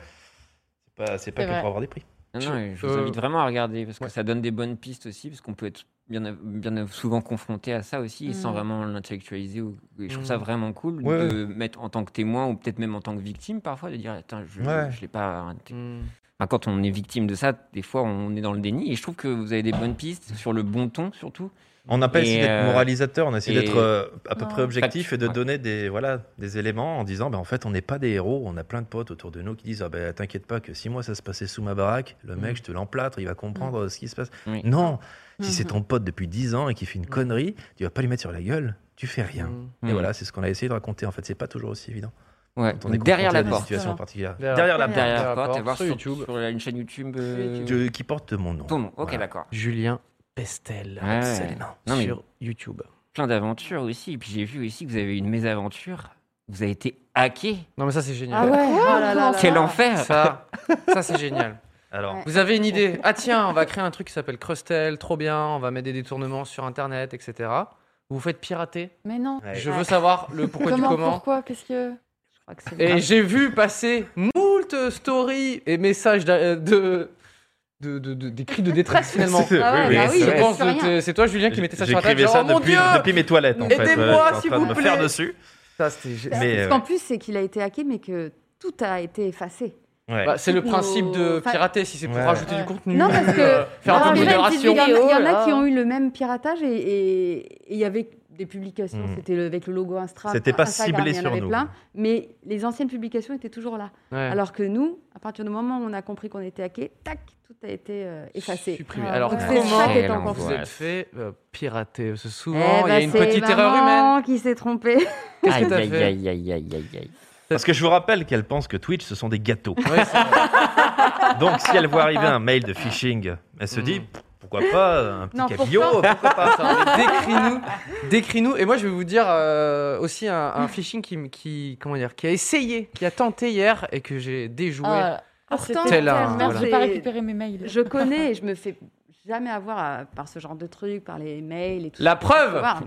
C'est pas, c'est pas C'est que vrai. pour avoir des prix. Non, non, je vous Euh, invite vraiment à regarder parce que ouais. ça donne des bonnes pistes aussi, parce qu'on peut être bien, bien souvent confronté à ça aussi, et sans Mm. vraiment l'intellectualiser. ou- et je trouve ça Mm. vraiment cool Ouais, de mettre en tant que témoin ou peut-être même en tant que victime parfois, de dire Attends, je, Ouais. je l'ai pas. inté- Mmh. Mm. Enfin, quand on est victime de ça, des fois on est dans le déni. Et je trouve que vous avez des bonnes Mm. pistes sur le bon ton surtout. On n'a pas Et, essayé euh, d'être moralisateur, on a essayé et- d'être euh, à peu Non. près objectif Factu- et de ouais. donner des, voilà, des éléments en disant ben, en fait, on n'est pas des héros, on a plein de potes autour de nous qui disent ah ben, t'inquiète pas que si moi ça se passait sous ma baraque, le mec, je te l'emplâtre, il va comprendre euh, Mm. ce qui se passe. Mm. Oui. Non Si c'est ton pote depuis 10 ans et qui fait une connerie, tu vas pas lui mettre sur la gueule, tu fais rien. Mm. Et Mm. voilà, c'est ce qu'on a essayé de raconter en fait, c'est pas toujours aussi évident. Ouais. quand on est confronté Derrière à la des porte. situations Voilà. particulières. Derrière- Derrière la porte. Derrière la porte, et voir sur sur, YouTube. sur la- une chaîne YouTube. euh, Je- qui porte mon nom. Ton nom. Ok, Voilà. d'accord. Julien Pestel, Ouais. absolument, Non, mais- sur YouTube. Plein d'aventures aussi. Et puis j'ai vu aussi que vous avez eu une mésaventure. Vous avez été hacké. Non, mais ça, c'est Ah génial. ouais, oh là là là. Quel enfer Ah. Ça, ça c'est génial. Alors, Ouais. Vous avez une idée Ah tiens, on va créer un truc qui s'appelle Crustel, trop bien, on va mettre des détournements sur Internet, etc. Vous vous faites pirater. Mais non. ouais. Je veux savoir le pourquoi Comment, du comment. Pourquoi Qu'est-ce que. Je crois que c'est Et grave. j'ai vu passer moult stories et messages d'a- euh, de, de, de- de- des cris de <laughs> détresse finalement. C'est- Ah ouais, oui, bah oui, oui, c'est Je vrai. ouais. pense C'est rien. que c'est toi Julien qui mettais ça sur la table. J'écrivais Genre, ça oh mon depuis, dieu depuis mes toilettes. en fait. Aidez-moi, Ouais, j'étais en s'il train de vous me plaît. faire dessus. Ça, c'était gé- Mais, Parce euh, qu'en plus, c'est qu'il a été hacké, mais que tout a été effacé. Ouais. Bah, c'est le Nos- principe de enfin- pirater si c'est pour Ouais. rajouter Ouais. du contenu. Non, parce que- euh, faire Non, un peu de Ah, mais une petite modération. Il y, en a- il y en a vidéo, qui Oh là. ont eu le même piratage et- et et il y avait des publications, Hmm. c'était le- avec le logo Instra. C'était pas Instagram, ciblé il y en sur avait nous. plein, mais les anciennes publications étaient toujours là. Ouais. Alors que nous, à partir du moment où on a compris qu'on était hacké, tac, tout a été euh, effacé. Supprimé. Ah, Alors Donc ouais. c'est ça comment qui est Quel encore enfer. plus. vous Ouais. êtes fait euh, pirater Parce que Eh souvent, il y ben, a une c'est petite erreur maman humaine. qui s'est trompée. <laughs> Qu'est-ce que aïe, t'as aïe, fait aïe, aïe, aïe, aïe, aïe. Parce que je vous rappelle qu'elle pense que Twitch, ce sont des <laughs> gâteaux. Ouais, c'est vrai. Donc, si elle voit arriver un mail de phishing, elle se dit Mm. pourquoi pas un petit Non, cabillaud pourquoi pas Attends, mais Décris-nous, décris-nous. Et moi, je vais vous dire euh, aussi un, un phishing qui, m- qui, comment dire, qui a essayé, qui a tenté hier et que j'ai déjoué. Ah, ah, Pourtant, c'était- Tel un- Merde, voilà. j'ai pas récupéré mes mails. Je connais et je me fais jamais avoir à- par ce genre de truc, par les mails et tout. La ça. preuve Voilà.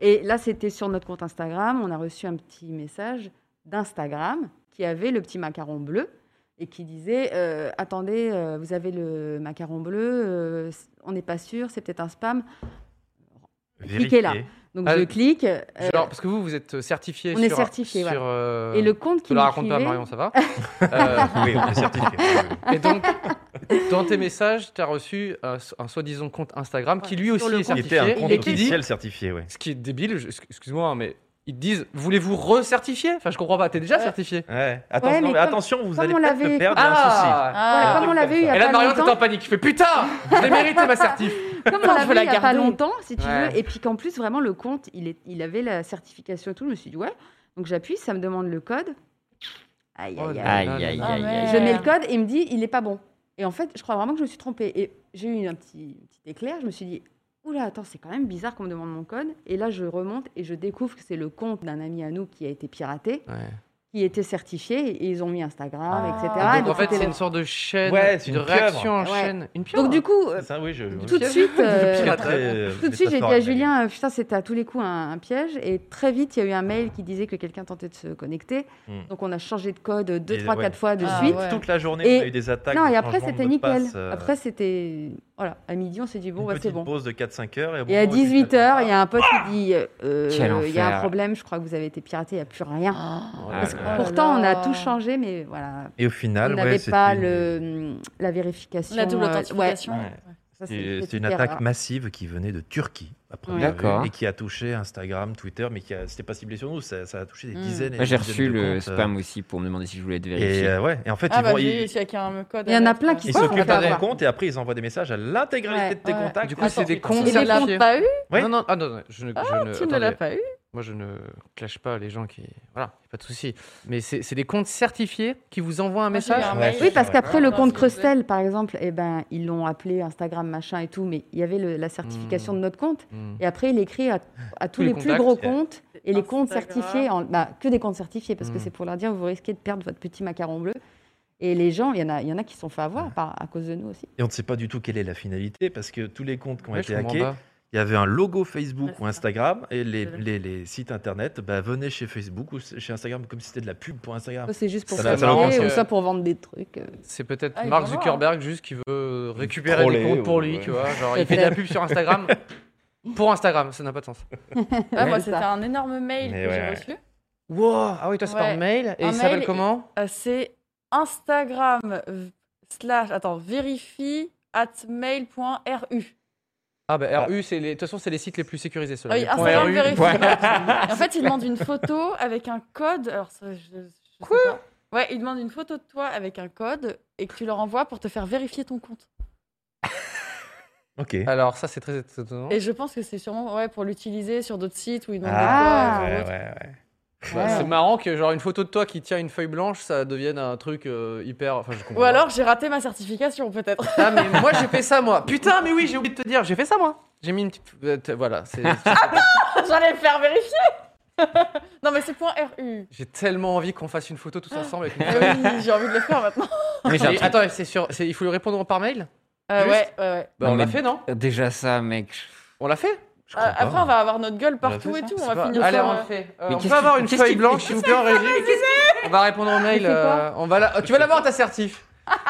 Et là, c'était sur notre compte Instagram. On a reçu un petit message d'Instagram qui avait le petit macaron bleu et qui disait euh, Attendez, euh, vous avez le macaron bleu, euh, c- on n'est pas sûr, c'est peut-être un spam. Cliquez là. Vérifiez. Donc Ah, je clique. euh, Genre, parce que vous, vous êtes euh, certifié. on est sur- certifié, sur, voilà. euh, et le compte Tu qui la me racontes pas, suivait- Marion, ça <laughs> va Euh, Oui, on est certifié. Et donc, dans tes messages, tu as reçu un, un soi-disant compte Instagram qui lui Sur aussi le est compte. Il était un certifié compte et qui dit officiel certifié, oui. ce qui est débile, je- excu- excuse-moi, hein, mais ils te disent voulez-vous recertifier Enfin, je comprends pas, t'es déjà Ouais. certifié. Ouais. Attention, Ouais, mais non, mais comme- attention, vous comme allez on peut-être l'avait- me perdre d'un souci. Ah Voilà, Ah, comme on l'avait eu il y a Et là, pas Marion, longtemps. t'es en panique. Je fais putain, j'ai mérité <laughs> ma certif. Comme on Putain, l'a je vu veux la il n'y a pas garder. longtemps, si tu Ouais. veux. Et puis qu'en plus, vraiment, le compte, il, est, il avait la certification et tout. Je me suis dit, ouais. Donc j'appuie, ça me demande le code. Aïe, Oh aïe, là aïe. Aïe, aïe, aïe, Ah, aïe, merde. aïe. Je mets le code et il me dit, il n'est pas bon. Et en fait, je crois vraiment que je me suis trompée. Et j'ai eu un petit, petit éclair. Je me suis dit, oula, attends, c'est quand même bizarre qu'on me demande mon code. Et là, je remonte et je découvre que c'est le compte d'un ami à nous qui a été piraté, qui était certifié. Et ils ont mis Instagram, Ah. etc. Ah, Et donc, en donc, fait, c'était c'est le- une sorte de chaîne, Ouais, c'est de une pieuvre. réaction en Ouais. chaîne. Une pieuvre. donc du coup, euh, C'est ça, oui, je. tout de suite. euh, Très, Pirate. euh, Tout de suite, j'ai dit métaphore à avec la vie. Julien, euh, putain, c'était à tous les coups un, un piège. Et très vite, il y a eu un mail qui disait que quelqu'un tentait de se connecter. Hmm. Donc, on a changé de code deux, Et trois, ouais. quatre fois de Ah, suite. ouais. Toute la journée, Et- on a eu des attaques. Non, de et après, changement de c'était mot de nickel. passe, euh, Après, c'était. Voilà, à midi, on s'est dit, bon, une bah, c'est petite bon. pause de 4-5 heures. Et à 18h, il y a un pote qui dit euh, Quel il y a enfer. un problème, je crois que vous avez été piraté, il n'y a plus rien. Ah, Parce que- là, là. Pourtant, on a Oh là. tout changé, mais voilà. Et au on final, n'avait Ah, ouais, pas une- le, hum, la vérification. La double euh, ouais, authentification. ouais. ça, c'est Et C'était petite une attaque erreur. massive qui venait de Turquie, à première vue, D'accord. et qui a touché Instagram, Twitter, mais qui a- c'était pas ciblé sur nous, ça, ça a touché des Mm. dizaines. et Moi, j'ai des reçu dizaines de le comptes, euh, spam aussi pour me demander si je voulais être Et vérifié. euh, ouais, et en fait, Ah, ils bah, vont- j'ai ils eu, c'est avec un code. Il y en a à mettre, plein ouais. qui ils se font, s'occupent on va d'un voir. compte et après ils envoient des messages à l'intégralité Ouais, de tes Ah, ouais. contacts. Du coup, c'est des cons Et les certifiés. comptes pas eu Oui. Non, non, ah, non, non, je ne. je ne- Tu ne l'as attendez. pas eu Moi, je ne clash pas les gens qui. Voilà, y a pas de souci. Mais c'est c'est des comptes certifiés qui vous envoient un Moi, j'ai eu message. un Ouais, mail. Ah, c'est Oui, parce Ouais. qu'après le Ouais, compte Ah, c'est vrai. Crustel, par exemple, eh ben, ils l'ont appelé Instagram, machin et tout, mais il y avait le- la certification Hmm. de notre compte. Hmm. Et après, il écrit à, à tous les les, plus contacts, gros yeah. comptes et les comptes Instagram. certifiés, en- bah, que des comptes certifiés, parce Hmm. que c'est pour leur dire vous risquez de perdre votre petit macaron bleu. Et les gens, il y en a, il y en a qui se sont fait avoir par- à cause de nous aussi. Et on ne sait pas du tout quelle est la finalité parce que tous les comptes qui ont Ouais, été je comprends hackés, pas. il y avait un logo Facebook Ouais, c'est ou ça. Instagram et les, Ouais. les- les sites internet bah, venaient chez Facebook ou chez Instagram comme si c'était de la pub pour Instagram. Ça, C'est juste pour Ah. Ça se n'a- ça Bah, n'a marrer aucun ou sens. ça pour vendre des trucs. euh. C'est peut-être Ah, il Mark va voir, Zuckerberg juste qui veut récupérer Troller les comptes pour ou- lui, ouais. tu vois. <laughs> Genre, il fait de la pub sur Instagram pour Instagram, ça n'a pas de sens. Ouais, moi, c'est c'était ça. un énorme mail Mais que ouais, j'ai ouais. reçu. Wow Ah oui, toi, c'est par Ouais. mail. Et Un il s'appelle mail, comment Euh, c'est Instagram v- slash attends vérifie at mail.ru. Ah, bah, RU, c'est les... de toute façon, c'est les sites les plus sécurisés, ceux-là. Ah oui, Les Instagram .ru. vérifie. Ouais. Et en fait, il demande une photo avec un code. Alors ça, je, je sais pas. Ouais, il demande une photo de toi avec un code et que tu leur envoies pour te faire vérifier ton compte. Ok. Alors, ça, c'est très étonnant. Et je pense que c'est sûrement ouais, pour l'utiliser sur d'autres sites où ils demandent Ah, des codes ou ouais, autre. ouais, ouais. Bah, Ouais. C'est marrant que genre une photo de toi qui tient une feuille blanche, ça devienne un truc euh, hyper. Enfin, je comprends Ou pas. alors j'ai raté ma certification peut-être. <laughs> Ah mais moi j'ai fait ça moi. Putain mais oui j'ai oublié de te dire j'ai fait ça moi. J'ai mis une petite. euh, t- Voilà. c'est- <laughs> J'allais le faire vérifier. <laughs> non mais c'est point RU. J'ai tellement envie qu'on fasse une photo tous ensemble avec. Ah Une... oui, j'ai envie de le faire maintenant. Mais j'ai un Et- truc- Attends c'est sûr. c'est- Il faut lui répondre par mail. Euh, Juste. ouais, ouais, ouais. Bah, Non, on l'a mais- fait non Déjà ça, mec. On l'a fait. Je crois Euh, pas. après on va avoir notre gueule partout fait et ça tout. C'est On va pas- finir Allez sur, on euh, le fait. Euh, Mais on qu'est-ce peut avoir qu'il- une qu'est-ce feuille qu'il- blanche s'il vous plaît en régie. On va répondre au mail. Elle fait quoi euh, On va la- Tu vas l'avoir ta certif.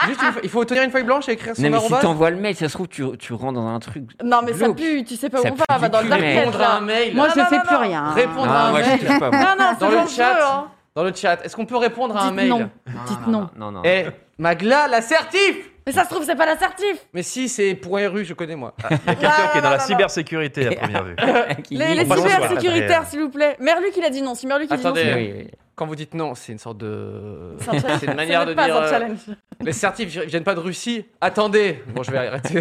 Juste une feuille- il faut tenir une feuille blanche et écrire son Non, mais si arrobase. t'envoies le mail, ça se trouve, tu, tu rentres dans un truc. Non mais ça Glauque. pue, tu sais pas où Ça on pue va, du va Ah, bah, dans le cul, dark mec. web Répondre à là. un mail. Moi, je non, fais non, plus non. rien. hein. Répondre Non, à un moi, je mail. touche pas. moi. <laughs> Non non, Dans c'est le dangereux. chat. hein. Dans le chat, est-ce qu'on peut répondre à un Dites mail non. Non, Dites non, non. Non, non. Eh, Magla, la certif Mais ça se trouve c'est pas l'assertif. Mais si, c'est pour RU, je connais moi. Il y a quelqu'un qui est dans la non, non. cybersécurité à première <laughs> vue. <laughs> Qui Les, dit- les On passe au soir. cybersécuritaires Après, s'il vous plaît. Merluc il a dit non. Si Merluc il dit non. Attendez. Oui, c'est- oui, oui. Quand vous dites non, c'est une sorte de. C'est un challenge. C'est une Ce manière n'est de pas dire. un euh, challenge. les certifs vi- viennent pas de Russie. Attendez Bon, je <laughs> vais arrêter.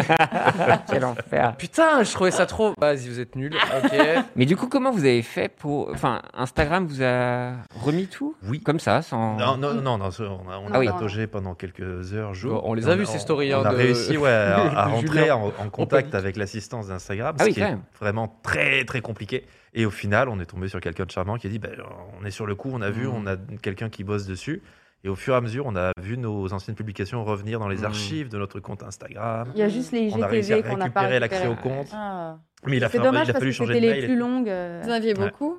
Quel enfer. Putain, je trouvais ça trop. Vas-y, vous êtes nuls. Ok. Mais du coup, comment vous avez fait pour. Enfin, Instagram vous a remis tout Oui. Comme ça, sans. Non, Ah. non, non, non, ce- on a, on a Ah oui. pataugé pendant quelques heures, jours. Bon, on les a vu vus, ces stories, On hein, a de- réussi ouais, à, <laughs> à de rentrer Julien. en, en On contact peut- avec l'assistance d'Instagram, Ah ce oui, qui quand est même. vraiment très très compliqué. Et au final, on est tombé sur quelqu'un de charmant qui a dit, Ben, on est sur le coup, on a vu, Mm. on a quelqu'un qui bosse dessus. Et au fur et à mesure, on a vu nos anciennes publications revenir dans les Mm. archives de notre compte Instagram. Il y a juste les On a réussi à IGTV qu'on n'a pas récupérer l'accès récupéré. au compte. Ah. Mais il a, C'est fallu- dommage il a parce fallu que changer c'était de les mail. plus longues. euh, Vous en aviez Ouais. beaucoup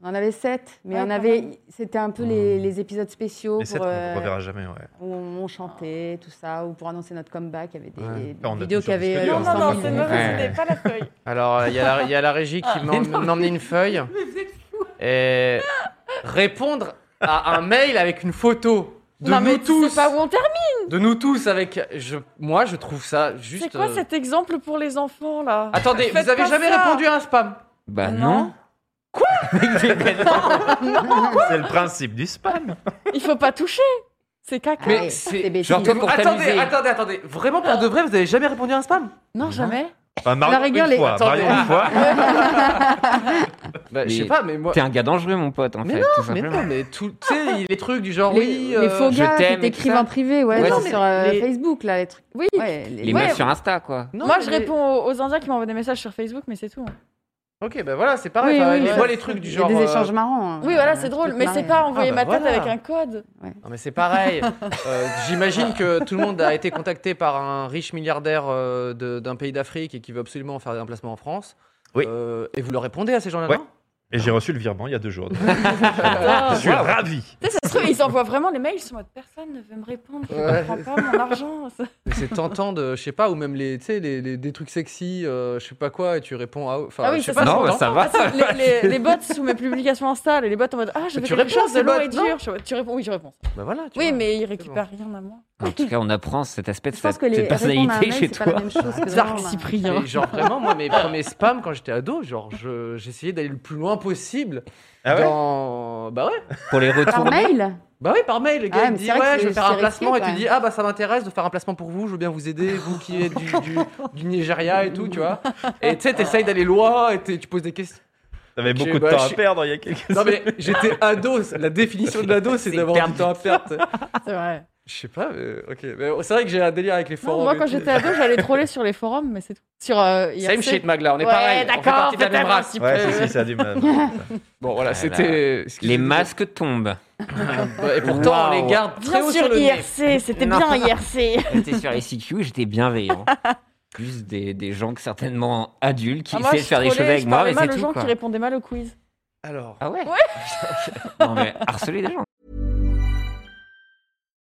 On en avait sept, mais Ouais, on quand même. avait, c'était un peu les, Hmm. les épisodes spéciaux Mmh. Les sept pour, qu'on euh, reverra jamais. Ouais. <laughs> où on chantait, tout ça, ou pour annoncer notre comeback. Il y avait des, Ouais. des Ah, on a vidéos tout qui sur avaient. Discord. Non, euh, non, non, 100 c'est une minutes. mauvaise Ouais. idée, pas la feuille. Alors, il y, a la- il y a la régie Ah, qui m'a m'a emmené une feuille. Et répondre à un mail avec une photo de non, nous mais tu tous. sais pas où on termine. De nous tous avec. Je... Moi, je trouve ça juste. C'est quoi euh, Ah. cet exemple pour les enfants là Attendez, Faites vous avez pas jamais ça. répondu à un spam Ah, Bah Non. non. C'est le principe du spam. Il faut pas toucher. C'est caca. Ah ouais, Mais c'est- c'est bêtise. Genre, toi, pour attendez, t'amuser. attendez, attendez. Vraiment, pour de vrai, vous avez jamais répondu à un spam Non, jamais. Enfin, Marion, La rigueur, une les- fois, Attendez. Marion, une fois. Bah, je sais Mais- pas, mais moi. T'es un gars dangereux, mon pote, en Mais fait, tout Mais simplement. non, mais tout. Tu sais, les trucs du genre. Les, oui, les euh, faux je gars qui t'aime et tout t'écrivent ça. en privé, ouais, Ouais, non, c'est sur euh, les- Facebook, là, les trucs. Oui. Ouais, les- Les ouais, meufs sur Insta, quoi. non, Moi, mais je les- réponds aux, aux Indiens qui m'envoient des messages sur Facebook, mais c'est tout. hein. Ok, bah voilà, c'est pareil. Oui, enfin, oui, mais oui. moi, les trucs du il y a genre. des euh, échanges marrants. hein. Oui, voilà, Tu c'est peux drôle, te mais marrer. c'est pas envoyer Ah, bah ma tête voilà. avec un code. Non, mais c'est pareil. Euh, J'imagine que tout le monde a été contacté par un riche milliardaire euh, de- d'un pays d'Afrique et qui veut absolument faire un placement en France. Oui. Euh, et vous leur répondez à ces gens-là, Ouais. non Et j'ai reçu le virement il y a deux <laughs> jours. Ah. Je suis ravi. Tu sais, ça se trouve, ils envoient vraiment les mails, ils sont en mode personne ne veut me répondre, je Ouais. comprends pas mon argent. Mais C'est tentant de, je sais pas, ou même les, tu sais, les, les- des trucs sexy, euh, je sais pas quoi, et tu réponds à. Enfin, Ah oui, je sais ça, pas, c'est c'est bah, tentant. ça va. Attends, les, <laughs> les- les bots sous mes publications Insta, les bots en mode Ah, je Mais vais tu quelque réponds, chose, c'est c'est long bot, et non dur. Je- tu réponds, oui, je réponds. Bah voilà, tu oui, vois. mais ils récupèrent rien à moi. En tout cas, on apprend cet aspect de Je pense cette que les répondre à un personnalité mail, chez c'est pas toi. la même chose que Dark vraiment, là. Cyprien. Et genre vraiment, moi, mes premiers spams quand j'étais ado, genre je- j'essayais d'aller le plus loin possible. Ah ouais dans... Bah ouais, Pour les Par Ah, retourner. mail bah ouais, par mail, le gars Ah, il me mais dit c'est vrai que ouais, je c'est- vais faire c'est un placement risqué, et quand tu dis ah bah ça m'intéresse de faire un placement pour vous, je veux bien vous aider, vous qui êtes du, du, du Nigeria et tout, tu vois. Et tu sais, t'essayes d'aller loin et t'es- tu poses des questions. T'avais Ok, beaucoup de bah, temps je- à perdre il y a quelques Non années. mais j'étais ado, la définition de l'ado c'est C'est d'avoir du perdre temps à perdre. C'est vrai. Je sais pas, mais ok. Mais c'est vrai que j'ai un délire avec les Non, forums. moi, et quand tout. j'étais ado, j'allais troller sur les forums, mais c'est tout. Sur euh, IRC. Same shit, Magla, on est Ouais, pareil. on fait d'accord, partie de la même peut-être un race. <laughs> petit Ouais, peu. si, si, ça a du <laughs> mal. Bon voilà, Voilà. c'était. Ah, bah Les masques tombent. Et pourtant, on les garde très Bien haut sur sûr, le nez. IRC, c'était Non. bien <laughs> IRC. J'étais sur les CQ, j'étais <laughs> bienveillant. Plus des, des gens que certainement adultes qui Ah, essaient de je faire des choses trollais, avec je moi, parlais mais c'est mal aux tout. gens quoi. qui répondaient mal au quiz. Alors. Ah ouais, <laughs> Non mais harceler des gens.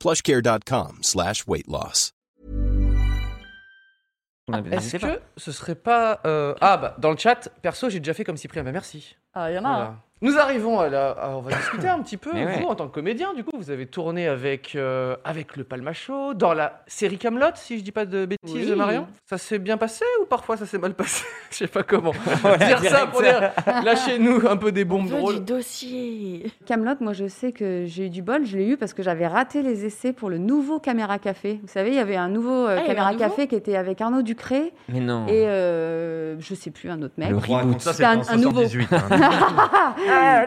plushcare.com slash weight loss. On avait- je Est-ce sais pas. que ce serait pas. euh, Ah, bah, dans le chat, perso, j'ai déjà fait comme Cyprien, bah merci. Ah, il y en a Voilà. un. Nous arrivons à la. à- on va discuter un petit peu. Mais ouais. Vous, en tant que comédien, du coup, vous avez tourné avec, euh, avec le Palma Show, dans la série Camelot, si je dis pas de bêtises, Oui. Marion. Ça s'est bien passé ou parfois ça s'est mal passé <laughs> Je sais pas <laughs> comment. Voilà, dire ça direct. pour dire lâchez-nous un peu des On bombes veut du drôles. dossier. Camelot, moi je sais que j'ai eu du bol, je l'ai eu parce que j'avais raté les essais pour le nouveau Caméra Café. Vous savez, il y avait un nouveau euh, Ah, il y avait Caméra un nouveau Café qui était avec Arnaud Ducré Mais non. Oh. et euh, je sais plus un autre mec. Ah, Le On raconte ça, C'est un- en un nouveau. 78, hein.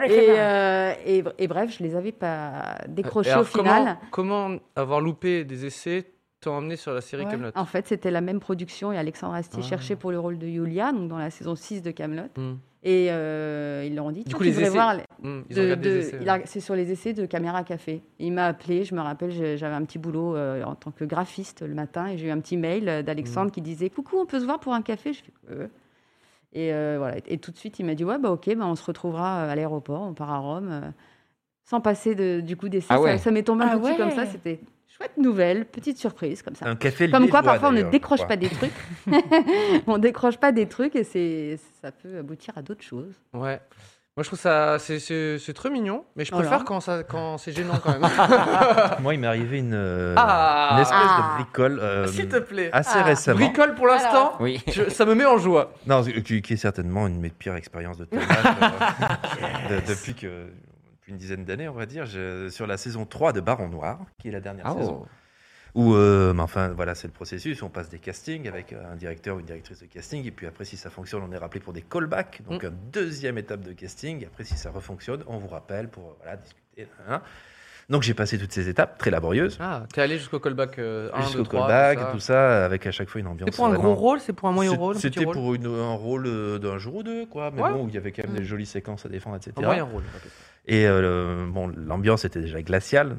Et, euh, et, et bref, je les avais pas décrochés Et alors, au final. Comment, comment avoir loupé des essais t'ont emmené sur la série Ouais. Camelot En fait, c'était la même production et Alexandre Astier Ah. cherchait pour le rôle de Yulia, donc dans la saison 6 de Camelot. Hmm. Et euh, ils leur ont dit, Du Tiens, coup, tu les devrais essais. voir les- Hmm, ils de- ont regardé de- des essais. il a- c'est sur les essais de Caméra Café. Il m'a appelé, je me rappelle, j'ai- j'avais un petit boulot euh, en tant que graphiste le matin et j'ai eu un petit mail euh, d'Alexandre qui disait Coucou, on peut se voir pour un café Je fais, Euh. Et euh, voilà. Et, et tout de suite, il m'a dit Ouais, bah ok, bah, on se retrouvera euh, à l'aéroport, on part à Rome. euh, sans passer de- du coup d'essai. Ah Ça- ouais. Ça, m'est tombé un Ah petit comme ça, ouais. c'était chouette nouvelle, petite surprise comme ça. <laughs> Un café Comme quoi, liégeois, parfois, on ne d'ailleurs, décroche je pas crois. des trucs. <laughs> on décroche pas des trucs et c'est, ça peut aboutir à d'autres choses. Ouais. Moi, je trouve ça c'est- c'est c'est très mignon, mais je Voilà. préfère quand ça quand c'est gênant <laughs> quand même. Moi, il m'est arrivé une, euh, Ah. une espèce Ah. de bricole euh, S'il te plaît. assez Ah. récemment. Bricole pour l'instant. <laughs> Oui. Je- ça me met en joie. Non, c'est- qui, qui est certainement une de mes pires expériences de tournage euh, <laughs> de- depuis que depuis une dizaine d'années, on va dire, je- sur la saison 3 de Baron Noir, qui est la dernière Ah, oh. saison. Où, euh, mais enfin, voilà, c'est le processus. On passe des castings avec euh, un directeur ou une directrice de casting, et puis après, si ça fonctionne, on est rappelé pour des callbacks, Mm. donc une deuxième étape de casting. Après, si ça refonctionne, on vous rappelle pour euh, voilà, discuter. hein. Donc, j'ai passé toutes ces étapes très laborieuses, Ah, t'es allé jusqu'au callback euh, 1, jusqu'au 2, 3. callback, tout ça. avec à chaque fois une ambiance. C'est pour un gros vraiment- rôle, c'est pour un moyen c'est- rôle, un petit C'était rôle pour une- un rôle euh, d'un jour ou deux, quoi. Mais Ouais. bon, où il y avait quand même Mm. des jolies séquences à défendre, etc. un moyen rôle. ok. Et euh, bon, l'ambiance était déjà glaciale.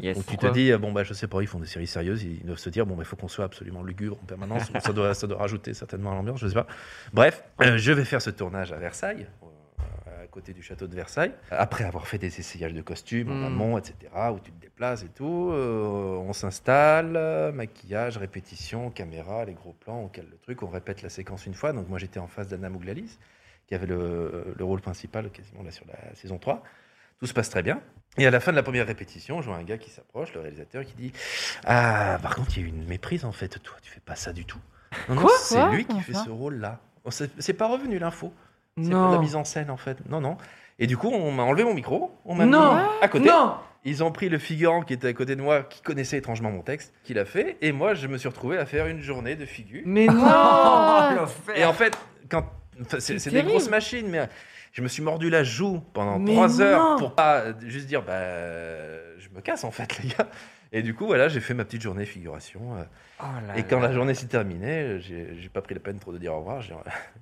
Yes. Donc tu te Pourquoi dis, euh, bon, bah, je sais pas, ils font des séries sérieuses, ils doivent se dire, bon, il faut qu'on soit absolument lugubre en permanence, ça, doit, ça doit rajouter certainement à l'ambiance, je sais pas. Bref, euh, je vais faire ce tournage à Versailles, euh, à côté du château de Versailles, après avoir fait des essayages de costumes Mm. en amont, etc., où tu te déplaces et tout. euh, on s'installe, euh, maquillage, répétition, caméra, les gros plans, on cale le truc, on répète la séquence une fois. Donc moi, j'étais en face d'Anna Mouglalis, qui avait le, le rôle principal quasiment là sur la saison 3. Tout se passe très bien. Et à la fin de la première répétition, je vois un gars qui s'approche, le réalisateur, qui dit Ah, par contre, il y a eu une méprise en fait, toi, tu fais pas ça du tout. Non, non, Quoi c'est Quoi lui qui Comment fait ça ce rôle-là. Oh, C'est c'est pas revenu l'info. C'est Non. pas de la mise en scène en fait. Non, non. Et du coup, on m'a enlevé mon micro, on m'a mis Non. à côté. Non Ils ont pris le figurant qui était à côté de moi, qui connaissait étrangement mon texte, qui l'a fait, et moi, je me suis retrouvé à faire une journée de figure. Mais non Ah, Et en fait, quand enfin, c'est c'est des terrible. grosses machines, mais je me suis mordu la joue pendant Mais trois non. heures pour pas euh, juste dire bah je me casse en fait <laughs> les gars. Et du coup voilà, j'ai fait ma petite journée figuration. euh, Oh là et quand là. la journée s'est terminée, euh, j'ai j'ai pas pris la peine trop de dire au revoir. J'ai <laughs> euh,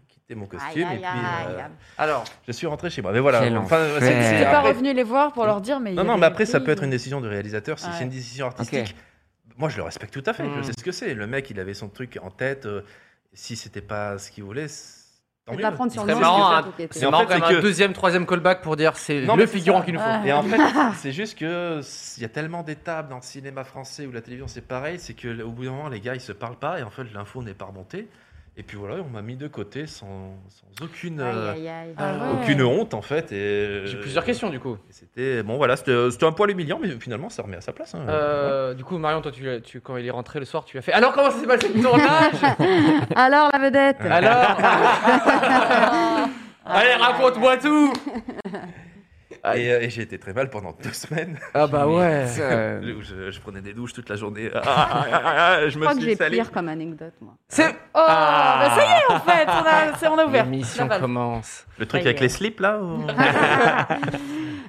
quitté mon costume et puis euh, Alors, je suis rentré chez moi. Mais voilà. Quel enfer. c'est- c'est T'es pas après- revenu les voir pour leur dire, mais. il y non, non, avait mais après, ça des peut être une filles. décision de réalisateur. Si Ouais. Hmm. c'est une décision artistique, moi, je le respecte tout à fait. Mm. Je sais ce que c'est. Le mec, il avait son truc en tête. euh, si c'était pas ce qu'il voulait, c'est- tant C'est mieux. pas prendre sur serait le marrant, moment, hein. surtout qu'il était- c'est en marrant fait, quand même c'est un que- deuxième, troisième callback pour dire c'est Non, le mais euh, c'est figurant ça. qu'il nous Ah. faut. <laughs> Et en fait, c'est juste que il y a tellement d'étapes dans le cinéma français ou la télévision, c'est pareil, c'est que au bout d'un moment, les gars, ils se parlent pas et en fait, l'info n'est pas remontée. Et puis voilà, on m'a mis de côté sans, sans aucune, euh, Aïe, aïe, aïe. Ah ouais. aucune honte en fait. Et euh, J'ai plusieurs questions du coup. Et C'était bon, voilà, c'était euh, c'était un poil humiliant, mais finalement, ça remet à sa place. hein. Euh, du coup, Marion, toi, tu, l'as- tu- quand il est rentré le soir, tu as fait. Alors, comment ça s'est passé le <laughs> tournage Alors, la vedette Ah. <laughs> Alors, allez, raconte-moi tout Et, euh, et j'ai été très mal pendant deux <laughs> semaines. Ah, bah ouais. Euh, <laughs> Je, je- je prenais des douches toute la <laughs> journée. Ah, ah, ah, ah, je Je me crois Bah, que suis j'ai salé. pire comme anecdote, moi. C'est. Oh, bah ça y est, en fait, on a, c'est- on a ouvert. L'émission La valve. commence. Le truc Ça y avec est. les slips là <laughs> ou-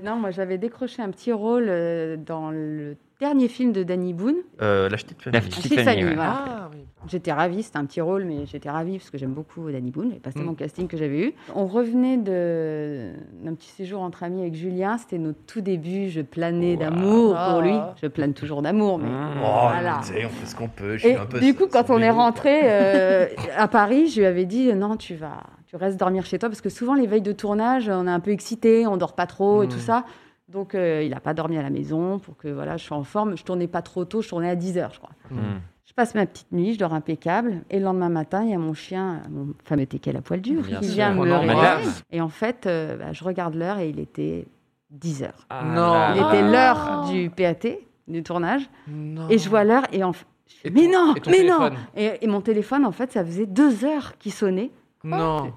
Non, moi, j'avais décroché un petit rôle euh, dans le dernier film de Danny Boone, Euh, La petite La famille. petite Petite famille. famille, ouais. voilà. Ah, oui. J'étais ravie, c'était un petit rôle, mais j'étais ravie parce que j'aime beaucoup Danny Boone. J'ai passé Mm. mon casting que j'avais eu. On revenait de- d'un petit séjour entre amis avec Julien. C'était notre tout début. Je planais d'amour Ah. pour lui. Je plane toujours d'amour, mais. Mmh. Oh, Voilà. tu sais, on fait ce qu'on peut. je suis Et un peu du coup, sa- quand on est sombrero, quoi. rentré euh, à Paris, je lui avais dit euh, non, tu vas, tu restes dormir chez toi parce que souvent les veilles de tournage, on est un peu excité, on dort pas trop et Mm. tout ça. Donc euh, il a pas dormi à la maison pour que voilà, je sois en forme. Je tournais pas trop tôt, je tournais à 10 heures, je crois. Mmh. Je Je passe ma petite nuit, je dors impeccable. Et le lendemain matin, il y a mon chien, mon fameux teckel à poil dur, Bien qui sûr. vient me On en réveiller. relève. Et en fait, euh, bah, je regarde l'heure et il était 10 heures. Non. Il Ah. était l'heure du PAT, du tournage. Non. Et je vois l'heure et en f- je fais, Ah. Et mais ton- non, et ton mais non téléphone et, et mon téléphone, en fait, ça faisait deux heures qu'il sonnait. Non.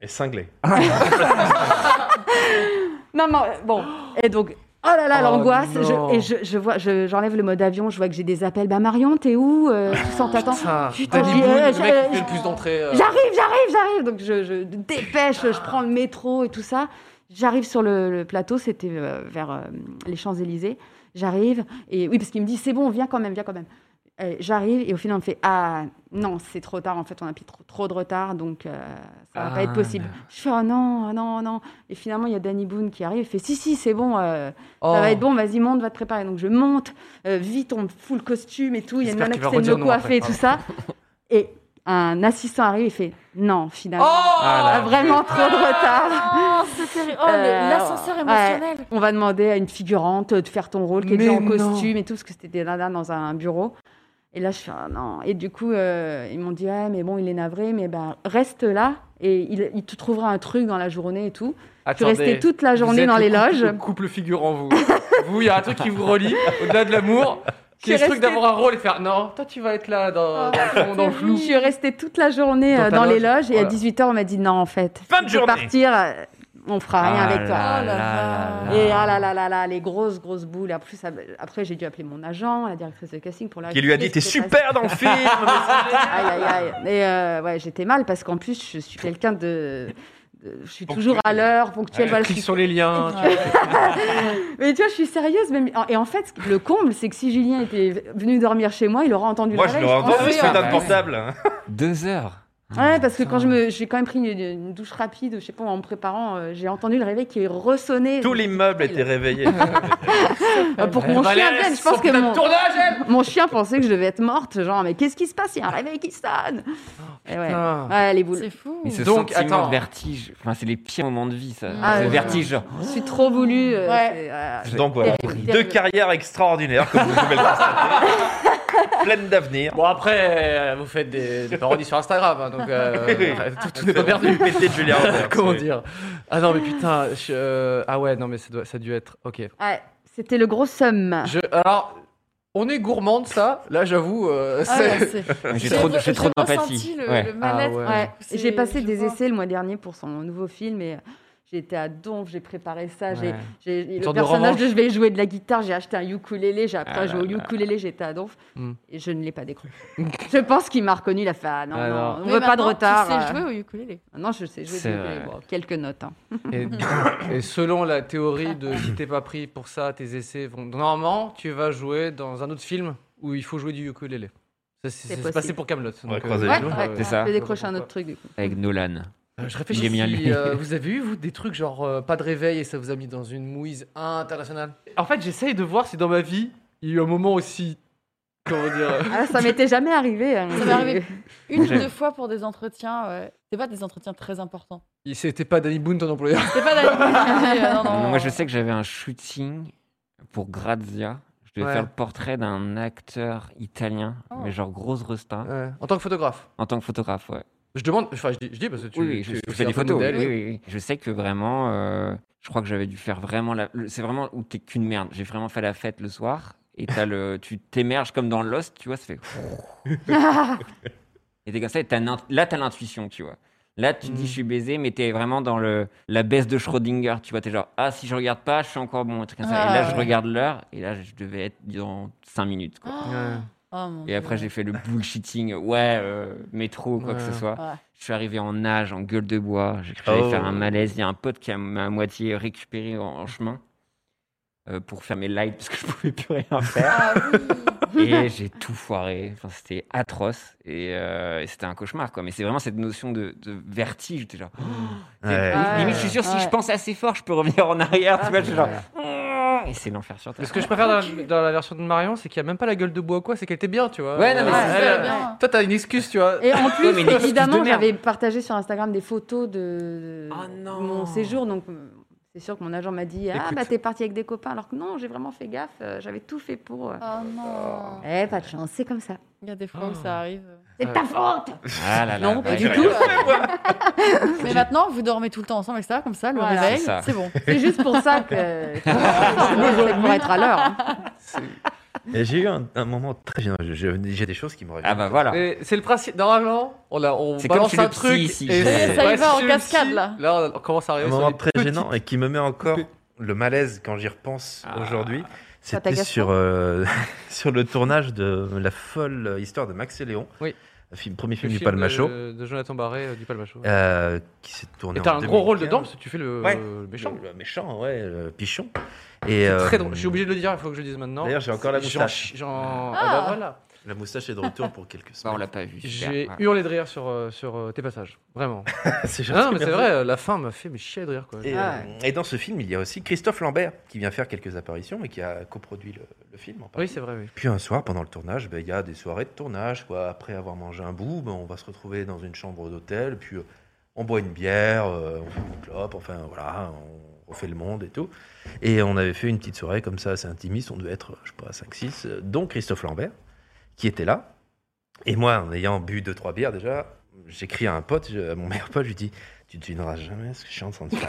Et cinglé. Non, non, euh, bon. <gasps> Et donc, oh là là, Oh l'angoisse. je- non. et je, je vois, je- j'enlève le mode avion, je vois que j'ai des appels. Bah, Marion, t'es où Euh, Tu sens, t'attends Oh, Ah. Putain, euh, Putain, Daliboul, j'ai- le mec qui j'ai- fait le plus d'entrées. euh. J'arrive, j'arrive, j'arrive. Donc je, je dépêche, je prends le métro et tout ça. J'arrive sur le, le plateau, c'était euh, vers euh, les Champs-Élysées. J'arrive et oui, parce qu'il me dit c'est bon, viens quand même, viens quand même. Euh, J'arrive et au final on me fait ah non c'est trop tard en fait on a pris trop, trop de retard donc euh, ça va pas être possible. Je fais oh non oh non oh non et finalement il y a Danny Boone qui arrive et fait si si c'est bon euh, Oh. ça va être bon vas-y monte va te préparer donc je monte euh, vite on me fout le costume et tout il y a une J'espère nana qui qu'il va sait me redire non coiffer et après. tout ça et un assistant arrive et fait non finalement Ah, <laughs> ah, vraiment trop de retard. Oh, c'est terrible. Oh, le- Euh, l'ascenseur ouais. émotionnel. On va demander à une figurante de faire ton rôle, qui est Mais déjà en non. costume et tout, parce que c'était des nanas dans un bureau. Et là, je fais ah, non. Et du coup, euh, ils m'ont dit ah, mais bon, il est navré, mais ben reste là et il, il te trouvera un truc dans la journée et tout. Je suis Attendez, restée toute la vous journée êtes dans le les couple- loges. le Couple figurant, vous. vous, il y a un truc qui <laughs> vous relie, au-delà de l'amour, qui J'ai est ce truc resté- d'avoir un rôle et de faire non, toi tu vas être là dans, dans le fond, dans le flou. Ah, Je suis restée toute la journée Dans euh, ta dans, les loge, loges et à voilà. 18h, on m'a dit non, en fait. Fin de tu journée. peux partir, euh, on fera rien Ah avec toi. là Oh là là là. là. Et ah là là là là, les grosses grosses boules. Après, ça- après j'ai dû appeler mon agent, la directrice de casting pour la. Qui lui a dit T'es super dans le <laughs> film Ah, Aïe aïe aïe. Mais euh, ouais, j'étais mal parce qu'en plus je suis quelqu'un de, de- je suis toujours à l'heure, ponctuelle. voilà, je Qui suis- sont les liens tu- Mais tu vois, je suis sérieuse. Même... Et en fait, le comble, c'est que si Julien était venu dormir chez moi, il aurait entendu Moi, le je réveil. l'aurais pense. entendu, oui, ce putain ouais. de <laughs> portable. Deux heures. Ouais, parce que quand je me, j'ai quand même pris une, une douche rapide, je sais pas, en me préparant, euh, j'ai entendu le réveil qui ressonnait. Tout l'immeuble était <laughs> réveillé. Euh, pour que mon Elle va chien aller à vienne. Je son pense que putain de mon, tournage, elle mon chien pensait que je devais être morte. Genre, mais qu'est-ce qui se passe Il y a un réveil qui sonne. Et ouais. Oh, Ah. Putain. ouais, les boules. C'est fou. Mais ce Donc, sentiment attends. de vertige, enfin, c'est les pires moments de vie, ça. Ah, le ouais. vertige, genre. Je suis trop voulu. euh, Ouais. c'est, euh, Donc voilà, Terrible, deux terrible. carrières extraordinaires, comme vous pouvez le constater, <laughs> pleines d'avenir. Bon, après, euh, vous faites des, des parodies sur Instagram, hein, <laughs> donc euh, enfin, tout, tout n'est pas perdu. Pété de <laughs> Julien Robert, Comment c'est- dire Ah non, mais putain, je- euh, ah ouais, non, mais ça, doit- ça a dû être. Ok. ouais, C'était le gros somme. Je- alors, on est gourmand de ça, là, j'avoue. euh, Ah c'est- ouais, c'est- J'ai trop, de- j'ai trop d'empathie. ressenti le- Ouais. le Ah mal-être. ouais. Ouais. C'est- J'ai passé je des vois. essais le mois dernier pour son nouveau film et euh, j'ai été à Donf, j'ai préparé ça. j'ai- Ouais. j'ai- et le sorte de personnage revanche. de je vais jouer de la guitare, j'ai acheté un ukulélé, j'ai appris Ah à jouer au là là. ukulélé, j'étais à Donf Hmm. et je ne l'ai pas décroché. <laughs> je pense qu'il m'a reconnu, il a fait ah non, Ah non, non. on Mais veut pas de maintenant, retard. Tu sais euh. jouer au ukulélé. Non, je sais jouer C'est du ukulélé, vrai. bon, quelques notes. hein. Et, <coughs> et selon la théorie de si t'es pas pris pour ça, tes essais vont. Normalement, tu vas jouer dans un autre film où il faut jouer du ukulélé. Ça, C'est C'est c'est possible. passé pour Camelot. euh, On va croiser les Ouais, doigts. ouais. C'est ça. Je décroche un autre truc du coup. Avec Nolan. Je réfléchis. J'ai mis un si, lien. <laughs> euh, vous avez eu vous des trucs genre euh, pas de réveil et ça vous a mis dans une mouise internationale. En fait, j'essaye de voir si dans ma vie il y a eu un moment aussi comment dire. euh, Ah, ça m'était jamais arrivé. hein. Ça m'est arrivé Une ou J'ai- deux fois pour des entretiens, ouais. C'est pas des entretiens très importants. il- C'était pas Danny Boone ton employeur. C'est pas d'aller. euh, Oh. non, non. Non, Moi, je sais que j'avais un shooting pour Grazia. Je devais Ouais. faire le portrait d'un acteur italien, Oh. mais genre grosse resta, Ouais, en tant que photographe. en tant que photographe, ouais. Je demande. Enfin, je dis, je dis parce que tu. oui, oui, je, tu- je tu fais es un des peu photos. modèle. oui, oui, oui. Je sais que vraiment, euh, je crois que j'avais dû faire vraiment la. le- C'est vraiment où t'es qu'une merde. J'ai vraiment fait la fête le soir et t'as le, <laughs> tu t'émerges comme dans Lost, tu vois, ça fait. <laughs> et t'es comme ça. Et t'as une int- là, t'as l'intuition, tu vois. Là, tu te Mm. dis, je suis baisé, mais t'es vraiment dans le la baisse de Schrödinger, tu vois. T'es genre, ah, si je regarde pas, je suis encore bon, un truc comme ça. Ah, et là, je ouais. regarde l'heure, et là, je devais être dans 5 minutes, quoi. Ouais. Oh, mon Et après, Dieu. j'ai fait le bullshitting, ouais, euh, métro, quoi que ce Ouais. soit. Ouais. Je suis arrivé en nage, en gueule de bois, j'ai cru que j'allais Oh. faire un malaise. Il y a un pote qui a- m'a à moitié récupéré en, en chemin euh, pour faire mes lives parce que je pouvais plus rien faire. Ah oui. et j'ai tout foiré. Enfin, c'était atroce et, euh, et c'était un cauchemar, quoi. Mais c'est vraiment cette notion de, de vertige, t'es genre. Ouais. Ah, Limite, je suis sûr, si ouais. je pense assez fort, je peux revenir en arrière, tu vois, je suis genre. Et c'est l'enfer sur Mais terre. ce que je préfère dans, la- dans la version de Marion, c'est qu'il n'y a même pas la gueule de bois ou quoi, c'est qu'elle était bien, tu vois. Ouais, non, mais Euh, c'est elle, ça, euh, bien. Toi, t'as une excuse, tu vois. Et en plus, mais une excuse de évidemment, merde. Ah j'avais partagé sur Instagram des photos de Oh non. mon séjour, donc euh, C'est sûr que mon agent m'a dit Ah, Écoute. bah t'es parti avec des copains, alors que non, j'ai vraiment fait gaffe, euh, j'avais tout fait pour. euh. Oh non. Eh, pas de chance, c'est comme ça. Il y a des fois Oh. où ça <laughs> arrive. C'est Ah. ta faute Ah là là, Non, bah, pas du je- tout. Mais maintenant, vous dormez tout le temps ensemble, etc. Comme ça, le Voilà. réveil, C'est ça. c'est <laughs> bon. C'est juste pour ça que. c'est pour être à l'heure. hein. Et J'ai eu un, un moment très bien. je- je- J'ai des choses qui me reviennent. Ah bah voilà. Mais C'est le principe. Normalement, on, la- on C'est comme balance chez le un truc. psy, ici. et Ouais, ça y Ouais, va en chez le cascade, psy, là. Là, on commence à un arriver sur moment des très petites- gênant et qui me met encore coupées. le malaise quand j'y repense aujourd'hui. Ah. Ça C'était t'agace sur, pas euh, <laughs> sur le tournage de la folle histoire de Max et Léon, Oui. le film- premier Le film, du film Palmacho, De, de Jonathan Barré, euh, du Palmacho. euh, qui s'est tourné et t'as en un gros rôle 2015. dedans parce que tu fais le, Ouais. le méchant. Le, le Euh, méchant, ouais, le pichon. Et, C'est euh, très drôle. Je suis obligé hein. de le dire, il faut que je le dise maintenant. D'ailleurs, j'ai encore la moustache. J'en- j'en- Ah bah voilà. La moustache est de retour pour quelques Bah, on semaines. l'a pas vu. super, J'ai voilà. hurlé de rire sur, euh, sur euh, tes passages. <laughs> Vraiment. c'est gentil, non, mais c'est merci. vrai, euh, la fin m'a fait mais chier de rire. Quoi. Et, Ah, Ah euh, et dans ce film, il y a aussi Christophe Lambert qui vient faire quelques apparitions et qui a coproduit le, le film. En Oui, partie. c'est vrai. Oui. Puis un soir, pendant le tournage, ben, il y a des soirées de tournage. Quoi. Après avoir mangé un bout, ben, on va se retrouver dans une chambre d'hôtel, puis euh, on boit une bière, euh, on fume une clope, enfin voilà, on refait le monde et tout. Et on avait fait une petite soirée comme ça, assez intimiste, on devait être, je sais pas, 5-6, euh, dont Christophe Lambert, qui était là. Et moi, en ayant bu 2-3 bières déjà, j'écris à un pote, je- à mon meilleur pote, je lui dis Tu te devineras jamais ce que je suis en train de faire.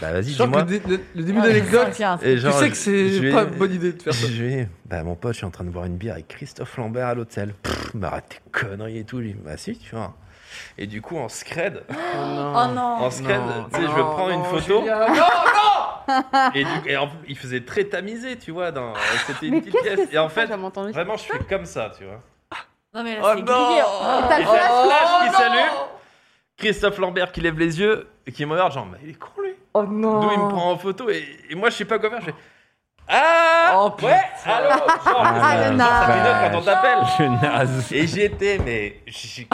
bah vas-y, Je sens que dis-moi. le, dé- le- le début Ah, Ouais, d'anecdote, tiens, c'est- Et tu genre, sais que je- je c'est vais- pas une bonne idée <laughs> de faire ça. je lui ai dit, bah mon pote, je suis en train de boire une bière avec Christophe Lambert à l'hôtel. Pff, Mais arrête tes conneries et tout. Lui, bah si, tu vois. Et du coup, en scred, Oh non. en scred, non, tu sais, je non, prends une non, photo. Julien, Et, du- et en- il faisait très tamisé, tu vois. dans- C'était une Mais petite qu'est-ce que pièce. c'est Et en ça, fait, j'avais entendu ça. vraiment, je suis comme ça, tu vois. Non, mais là, Oh c'est grillé. non T'as le Et flash flash qui s'allume. Christophe Lambert qui lève les yeux et qui me regarde, genre, mais il est con lui. Oh non D'où il me prend en photo et, et moi, je sais pas quoi faire. Je fais, ah Oh, Ouais, putain. allô Genre, euh, Ah, genre, le ça fait une heure naze. quand on t'appelle. Je naze. Et j'étais, mais. j'ai- j'ai-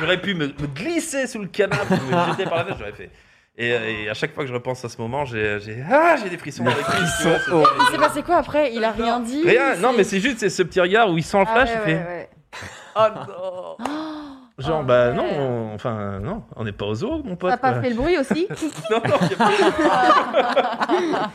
J'aurais pu me, me glisser sous le canapé, me jeter par la fenêtre, j'aurais fait. Et, euh, et à chaque fois que je repense à ce moment, j'ai j'ai- ah, j'ai des frissons. Des frissons Il s'est passé quoi après Il a rien dit Ah Rien, non, c'est- mais c'est juste c'est ce petit regard où il sent le Ah flash, il fait Oh non genre, Oh, bah ouais. non, on- enfin, non, on n'est pas aux zoo, mon pote. T'as pas quoi. fait le bruit aussi <laughs> Non, non, y a pas-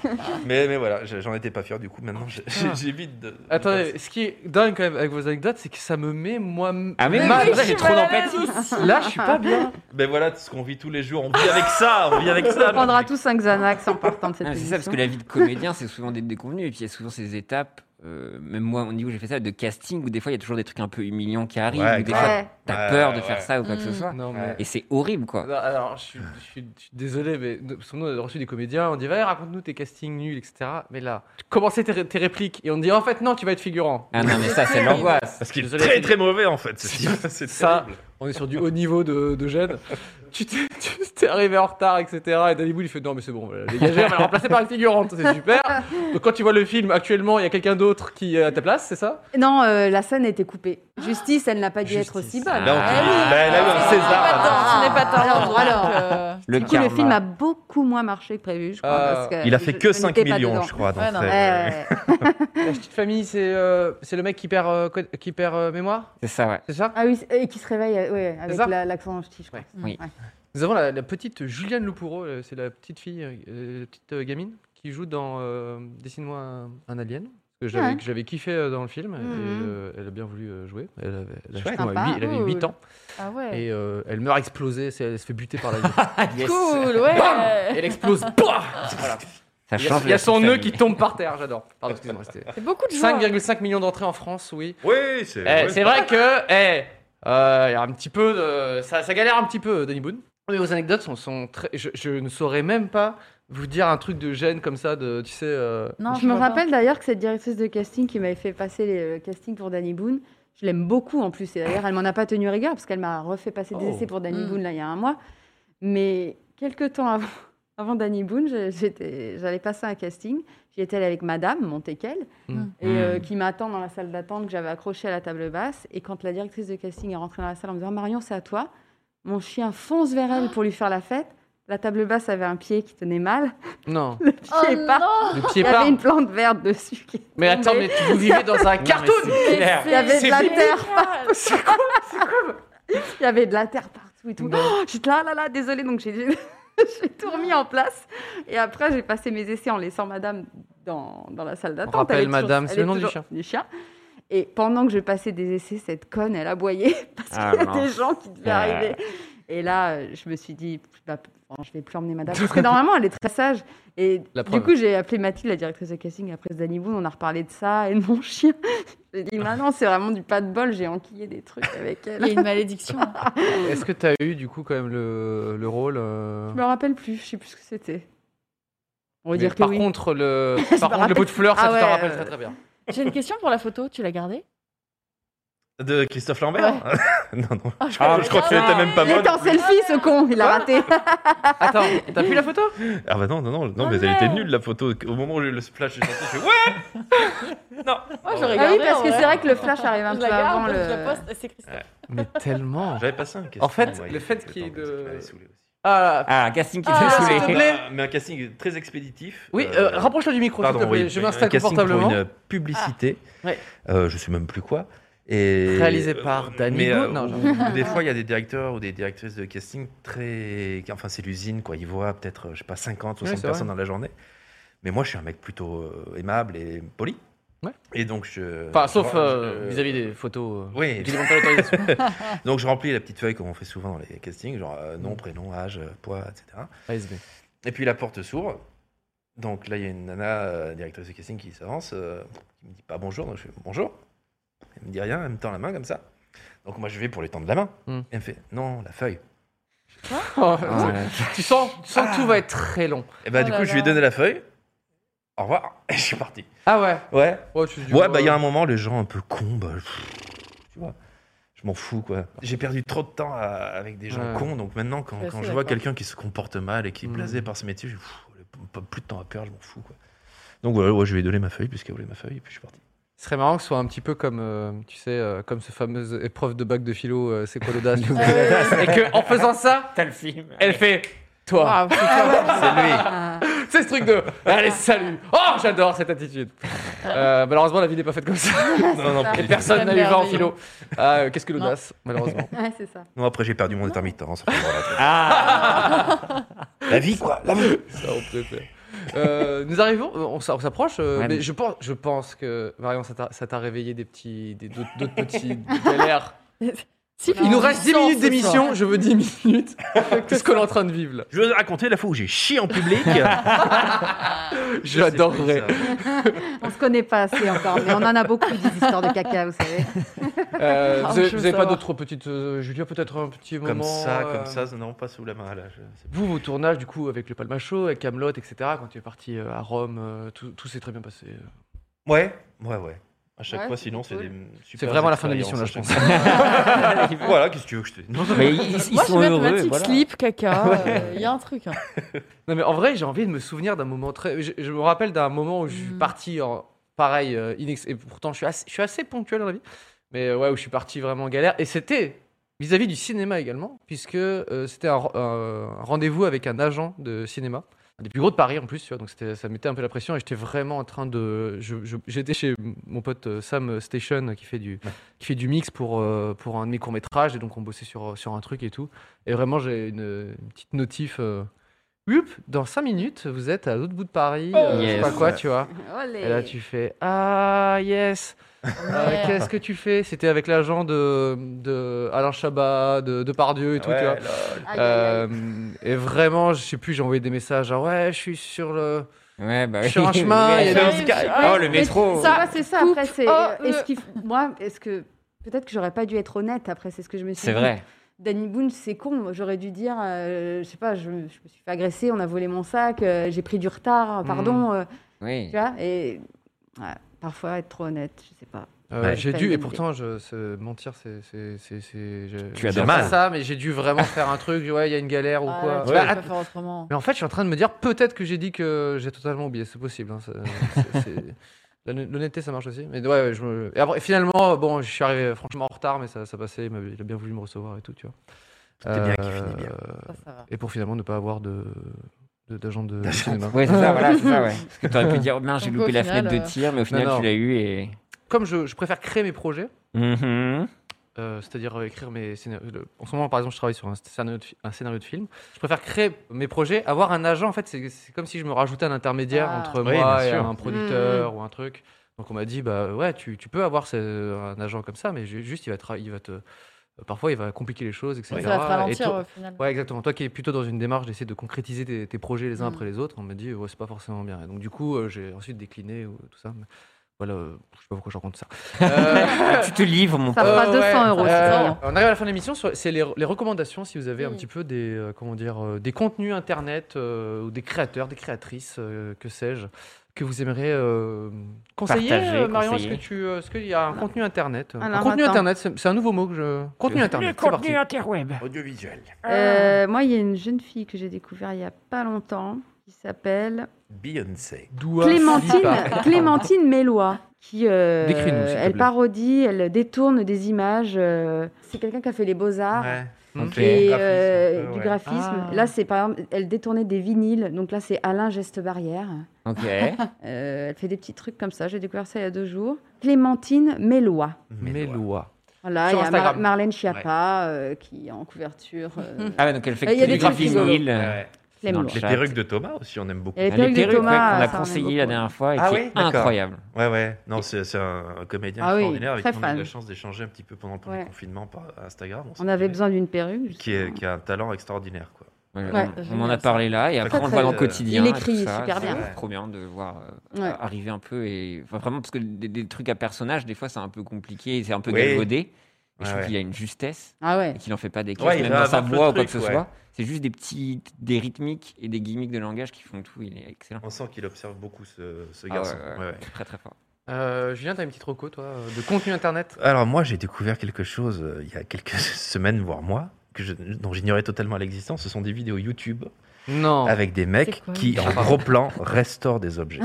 mais, mais voilà, je- j'en étais pas fier du coup, maintenant je- Ah. j'ai- j'évite de. de Attendez, ce qui est dingue quand même avec vos anecdotes, c'est que ça me met moi Ah mais même moi, mal. j'ai trop d'empathie. Là, je suis pas <laughs> bien. Mais voilà tout ce qu'on vit tous les jours, on vit avec ça, on vit avec ça. On prendra tous 5 Xanax en partant de cette Ah, C'est ça, parce émission. que la vie de comédien, c'est souvent des déconvenus. Et puis, il y a souvent ces étapes, euh, même moi, on dit où j'ai fait ça, de casting, où des fois, il y a toujours des trucs un peu humiliants qui arrivent, Ouais, ou des grave. fois, Ouais. t'as Ouais, peur de ouais. faire ça ou quoi que ce Mm. soit. Non, mais. Ouais. Et c'est horrible, quoi. Non, alors, je suis, je suis- je suis désolé, mais nous, parce que nous, on a reçu des comédiens, on dit, ouais, raconte-nous tes castings nuls, etc. Mais là, commencez tes, ré- tes répliques et on te dit, en fait, non, tu vas être figurant. Ah non, mais ça, c'est l'angoisse. Parce qu'il est Désolé, très Philippe. très mauvais en fait. C'est c'est Ça. terrible. On est sur du haut niveau de, de gêne. tu t'es <laughs> tu t'es arrivé en retard, etc. Et Danny Boone, il fait, non, mais c'est bon, voilà, dégagez, on va la remplacer par une figurante, c'est super. Donc, quand tu vois le film, actuellement, il y a quelqu'un d'autre qui est à ta place, c'est ça Non, euh, la scène a été coupée. Justice, elle n'a pas dû être Justice. aussi bonne. Là, on te dit, bah, elle a eu Ah, Ah, un Ce n'est Ah, pas César. tort, ce n'est pas tort. Alors, donc, euh, Le Du coup, le karma. Euh, film a beaucoup moins marché que prévu, je crois. Ah. parce que Il a je- fait que je 5 n'étais pas millions, dedans. je crois. donc Ouais, non. c'est- Ouais, ouais, <laughs> ouais. La petite famille, c'est euh, c'est le mec qui perd, euh, co- qui perd euh, mémoire, C'est ça, ouais. c'est ça Ah oui, c'est- et qui se réveille euh, ouais, avec ça la- l'accent ch'ti, je crois. Ouais. Oui. Nous avons la, la petite Juliane Loupourreau, euh, c'est la petite fille, euh, la petite euh, gamine, qui joue dans euh, Dessine-moi un, un alien. Que j'avais, Ouais. que j'avais kiffé euh, dans le film, et, Mhm. euh, elle a bien voulu euh, jouer. Elle avait, elle a- Chouette. je crois, Sympa. huit- elle avait 8 Cool. ans Ah ouais. et euh, elle meurt explosée, c'est- elle se fait buter par la <laughs> vie. <laughs> Cool, ouais. elle explose, <laughs> pouah Voilà. Ça Il y a, change. il y a la son petite nœud famille. qui tombe par terre, j'adore. Pardon, excuse-moi. c'était- C'est beaucoup de gens. 5,5 millions d'entrées en France, oui. Oui, c'est. Eh, ouais. c'est vrai que, eh, euh, il y a un petit peu de, ça, ça galère un petit peu, Danny Boone. Mais vos anecdotes sont, sont très, je, je ne saurais même pas vous dire un truc de gêne comme ça, de, tu sais. euh, Non, Je me vois pas. rappelle d'ailleurs que cette directrice de casting qui m'avait fait passer les- le casting pour Danny Boone, je l'aime beaucoup en plus. Et d'ailleurs, elle m'en a pas tenu rigueur parce qu'elle m'a refait passer des Oh. essais pour Danny Mm. Boone là, il y a un mois. Mais quelques temps avant, <laughs> avant Danny Boone, je- j'étais- j'allais passer un casting. J'y étais allée avec madame Montequel, Mm. et, euh, qui m'attend dans la salle d'attente que j'avais accrochée à la table basse. Et quand la directrice de casting est rentrée dans la salle en me disant Ah, Marion, c'est à toi, mon chien fonce vers elle pour lui faire la fête. La table basse avait un pied qui tenait mal. <laughs> Non. Le pied Oh est pas non Le il pied y avait par. une plante verte dessus. qui est Mais attends, mais tombée. tu- vous vivez <laughs> dans un mais cartoon. c'est Claire. Il y avait de C'est la fini. terre, Génial. il y avait de la terre partout et tout. Non. Oh, j'étais là, là, là, désolée. Donc j'ai <laughs> j'ai tout remis en place. Et après, j'ai passé mes essais en laissant madame dans, dans la salle d'attente. rappelle Elle est toujours- madame, c'est elle le est nom du toujours- chien. Et pendant que je passais des essais, cette conne, elle aboyait parce Ah, qu'il y a <laughs> mince. des gens qui Euh. devaient Ah. arriver. Et là, euh, je me suis dit, bah, bon, je vais plus emmener madame. <laughs> Parce que normalement, elle est très sage. Et La du preuve. coup, j'ai appelé Mathilde, la directrice de casting, après ce Danny Boone, on a reparlé de ça et de mon chien. <laughs> J'ai dit, maintenant, c'est vraiment du pas de bol, j'ai enquillé des trucs avec elle. Il y a une malédiction. Est-ce que tu as eu du coup quand même le, le rôle <laughs> euh, Je me rappelle plus, je sais plus ce que c'était. On va mais dire que par oui. <laughs> contre, le, Je me par contre, le rappelle. bout de fleur, Ah ça tu t'en ouais, rappelles euh, très <laughs> très bien. J'ai une question pour la photo, tu l'as gardée De Christophe Lambert hein. <laughs> Non, non. Ah, Ah, je crois que tu n'étais même pas Il bonne. est en selfie, ce con, il a raté. Attends, t'as vu la photo Ah bah non, non, non, Oh non mais elle était nulle la photo. Au moment où j'ai eu le splash, j'ai sorti, je fais ouais Non Moi, j'aurais Ah gardé, oui, parce en que vrai. c'est vrai que le flash arrive un Je peu la garde, avant Je la le. poste, et c'est Christophe. Mais tellement. J'avais pas ça, un casting. En fait, envoyé, le fait parce que qu'il y ait attends, de- parce que ça m'avait saoulé aussi. Ah, Ah, casting qui Ah, t'a s'il te saoulé. plaît. Bah, Mais un casting très expéditif. oui, euh, euh, rapproche-toi du micro, s'il te Pardon, plaît. oui, je oui, m'installe un casting confortablement. Pour une euh, publicité, Ah, ouais. euh, je sais même plus quoi. Et Réalisé par Danny mais, Boone, non, où- où des fois, il y a des directeurs ou des directrices de casting très. Enfin, c'est l'usine, quoi. Ils voient peut-être, euh, je sais pas, 50, Ouais, 60 c'est personnes dans la journée. Mais moi, je suis un mec plutôt euh, aimable et poli. Ouais. Et donc, je. Enfin, je- sauf je- euh, vis-à-vis des photos. euh, Oui. qui demandent <laughs> pas l'autorisation. Donc, je remplis la petite feuille comme on fait souvent dans les castings, genre euh, Mm. nom, prénom, âge, euh, poids, etc. <laughs> ASB. Et puis la porte s'ouvre. Donc là, il y a une nana, euh, directrice de casting, qui s'avance, euh, qui me dit pas bonjour. Donc je fais bonjour. Elle me dit rien, elle me tend la main comme ça. Donc moi, je vais pour lui tendre la main. Hmm. Elle me fait non, la feuille. Oh, Ah, tu sens, tu sens que tout va être très long. Et bah, Oh du là coup, je lui ai là. donné la feuille. Au revoir. <laughs> Et je suis parti. Ah ouais. Ouais. Ouais, tu te dis, Ouais, bah, il y a un moment, les gens un peu cons, bah, pff, tu vois. Je m'en fous, quoi. J'ai perdu trop de temps à- avec des gens Ouais. cons. Donc maintenant, quand, Ouais, quand Bah, c'est je vois d'accord. quelqu'un qui se comporte mal et qui est Hmm. blasé par ce métier, je dis, pff, pas plus de temps à perdre, je m'en fous, quoi. Donc voilà, ouais, je lui ai donné ma feuille, puisqu'elle voulait ma feuille, et puis je suis <laughs> parti. Ce serait marrant que ce soit un petit peu comme, euh, tu sais, euh, comme ce fameuse épreuve de bac de philo, euh, c'est <laughs> quoi l'audace tu vois. Et que en faisant ça, T'as le film. elle fait toi. Ah, putain. C'est lui. Ah. C'est ce truc de allez salut. Oh j'adore cette attitude. Euh, malheureusement la vie n'est pas faite comme ça. Non, non, Et plus du tout. personne n'a eu ça en philo. Ah, euh, Qu'est-ce que Ah, Non. l'audace malheureusement. Ouais, c'est ça. Non, après, j'ai perdu mon intermittence. Enfin, voilà. Ah, la vie, quoi. La vie. Ça on peut faire. Euh, nous arrivons, euh, on s'a- on s'approche, euh, Ouais, mais mais- je pense, je pense que Marion, ça t'a- ça t'a réveillé des petits, des- d'autres d'autres petits galères. Si, Il nous reste 10 sens minutes ce soir. d'émission, je veux 10 <laughs> minutes. Tout ce qu'on est en train de vivre là. Je vais vous raconter la fois où j'ai chié en <laughs> public. J'adorerais. On se connaît pas assez encore, mais on en a beaucoup des histoires de caca, vous savez. Euh, Ah, vous avez- je vous veux n'avez pas savoir. d'autres petites. euh, Julia, peut-être un petit Comme moment. ça, euh, comme ça, non, pas sous la main, là. je sais Vous, vos tournages, du coup, avec le Palma Show, avec Camelot, etc., quand tu es parti euh, à Rome, euh, tout, tout s'est très bien passé. pas. Ouais, ouais, ouais. À chaque Ouais, fois, c'est sinon, c'est cool. des super C'est vraiment la fin de l'émission, là, je expériences pense. à chaque <laughs> fois. <laughs> voilà, qu'est-ce que tu veux que je te dise Non, mais ils, ils Moi, je suis sont heureux. mathématique, voilà. slip, caca. euh, Il y a un truc. hein. non, mais en vrai, j'ai envie de me souvenir d'un moment très. Je, je me rappelle d'un moment où je suis Mm. parti en. Pareil, euh, inex- et pourtant, je suis, assez, je suis assez ponctuel dans la vie. Mais euh, ouais, où je suis parti vraiment en galère. Et c'était vis-à-vis du cinéma également, puisque euh, c'était un, un rendez-vous avec un agent de cinéma. un des plus gros de Paris en plus, tu vois, donc c'était- ça mettait un peu la pression et j'étais vraiment en train de. je- je- J'étais chez mon pote euh, Sam Station euh, qui fait du, qui fait du mix pour, euh, pour un de mes courts-métrages et donc on bossait sur, euh, sur un truc et tout. Et vraiment, j'ai une, une petite notif. euh, Hup, dans 5 minutes, vous êtes à l'autre bout de Paris, Oh, euh, je sais yes. pas quoi, tu vois. Olé. Et là, tu fais Ah, yes Euh, Merde. Qu'est-ce que tu fais C'était avec l'agent de, de Alain Chabat, de, de Pardieu et tout, tu vois. Aïe, aïe, aïe. Euh, et vraiment, je sais plus, j'ai envoyé des messages genre ouais, je suis sur le. Ouais, bah Je oui. <laughs> suis en chemin, il y a Ouais, ouais, des- ouais. Oh, le métro. Tu vois, c'est ça. coupe. Après, c'est. Oh, est-ce le- qu'il f- Moi, est-ce que peut-être que j'aurais pas dû être honnête après C'est ce que je me suis. C'est dit. vrai. Danny Boone, c'est con. Moi, J'aurais dû dire, euh, je sais pas, je, je me suis fait agresser, on a volé mon sac, euh, j'ai pris du retard, pardon. Hmm. euh, Oui. tu vois Et ouais, parfois être trop honnête, je sais pas. Euh, Ouais. J'ai T'as dû, une et idée. pourtant, je, c'est- mentir, c'est. c'est- c'est- c'est- je- Tu j'aime adores pas ça. ça, mais j'ai dû vraiment faire un truc, ouais, il y a une galère ou Ah, quoi. tu Bah, peux pas att- faire autrement. mais en fait, je suis en train de me dire, peut-être que j'ai dit que j'ai totalement oublié, c'est possible. hein, ça- <laughs> c'est- c'est- l'honn- L'honnêteté, ça marche aussi. Mais ouais, ouais, je me- et après, finalement, bon, je suis arrivé franchement en retard, mais ça, ça passait, il, m'avait- il a bien voulu me recevoir et tout, tu vois. Euh, Tout est bien qui finit bien. Ça, ça va. Et pour finalement ne pas avoir de de- d'agent de, de cinéma. Ouais, c'est ça, voilà, c'est ça, ouais. Parce que t'aurais pu dire, oh, merde, j'ai Donc, loupé au la final, fenêtre de euh, tir, mais au final, non. tu l'as eu et. Comme je, je préfère créer mes projets, Mhm. euh, c'est-à-dire euh, écrire mes scénarios. le- En ce moment, par exemple, je travaille sur un scénario, de fi- un scénario de film. Je préfère créer mes projets, avoir un agent. En fait, c'est c'est comme si je me rajoutais un intermédiaire Ah. entre Oui, moi bien et sûr. un producteur Mmh. ou un truc. Donc on m'a dit, bah ouais, tu, tu peux avoir ce- un agent comme ça, mais ju- juste il va, tra- il va te. euh, Parfois, il va compliquer les choses, etc. Ça va te Et ralentir toi- au final. Ouais, exactement. Toi qui es plutôt dans une démarche d'essayer de concrétiser tes, tes projets les uns Mm. après les autres, on me dit, ouais, c'est pas forcément bien. Et donc, du coup, euh, j'ai ensuite décliné ou tout ça. mais voilà, euh, je sais pas pourquoi je <laughs> raconte ça. Euh, Ah, Tu te livres, mon Ça pote. fera euh, 200 ouais. euros, c'est Euh, brillant. on arrive à la fin de l'émission. sur- C'est les, les recommandations si vous avez un Mm. Oui. petit peu des euh, comment dire euh, des contenus internet euh, ou des créateurs, des créatrices, euh, que sais-je, que vous aimeriez euh, conseiller. Partager, euh, Marion, est-ce conseiller. que tu euh, est-ce qu'il y Ah. a un contenu internet euh, Alors, Un contenu attends. internet, c'est c'est un nouveau mot que je contenu internet. c'est parti. interweb. Audiovisuel. Euh, moi, il y a une jeune fille que j'ai découverte il n'y a pas longtemps qui s'aelle Beyoncé. Dua Clémentine, Lipa. Clémentine Mélois. Qui, euh, Décris-nous, s'il te elle plaît. parodie, elle détourne des images. euh, c'est quelqu'un qui a fait les beaux-arts. Ok. Du Ah. et euh, graphisme, du ouais. graphisme. Ah. Là, c'est par exemple, elle détournait des vinyles. Donc là, c'est Alain Geste Barrière. Ok. Euh, elle fait des petits trucs comme ça. J'ai découvert ça il y a deux jours. Clémentine Mélois. Mélois. Voilà, il Sur y a Mar- Instagram. Marlène Schiappa euh, qui est en couverture. euh, Ah ouais, donc elle fait Euh, il y a que des du trucs rigolos. vinyle. Ouais, euh, ouais. c'est dans le Les chat. perruques de Thomas aussi, on aime beaucoup. Et- Ah, Les Les perruques de perruques ouais, qu'on Thomas, a ça, on aime conseillé la beaucoup. dernière fois et Ah qui oui, est d'accord. incroyable. Ouais, ouais. Non, c'est c'est un, un comédien Ah oui, extraordinaire avec très qui on a eu fan. la chance d'échanger un petit peu pendant le premier Ouais. confinement par Instagram. on avait besoin d'une perruque. Qui, est- qui a un talent extraordinaire, quoi. Ouais, Ouais, Euh, on- on génial, en a ça. parlé là et après très euh, on le voit dans le bien. quotidien. Il et tout écrit ça, super c'est bien. Ouais. trop bien de le voir euh, Ouais. arriver un peu et enfin, vraiment parce que des, des trucs à personnage des fois c'est un peu compliqué et c'est un peu Oui. galvaudé. Et Ouais, je trouve ouais. qu'il y a une justesse Ah ouais. et qu'il en fait pas des caisses, Ouais, il même va dans sa avec le voix ou quoi truc, que ce ouais. soit. C'est juste des petits, des rythmiques et des gimmicks de langage qui font tout. Il est excellent. On sent qu'il observe beaucoup ce, ce Ah garçon. ouais, ouais, Oh, Ouais, ouais. Très très fort. <laughs> Euh, Julien, t'as une petite reco, toi, euh, de contenu internet Alors moi, j'ai découvert quelque chose euh, il y a quelques <laughs> semaines, voire mois, que je- dont j'ignorais totalement l'existence. Ce sont des vidéos YouTube Non. avec des mecs C'est quoi qui, en gros plan, restaurent des objets.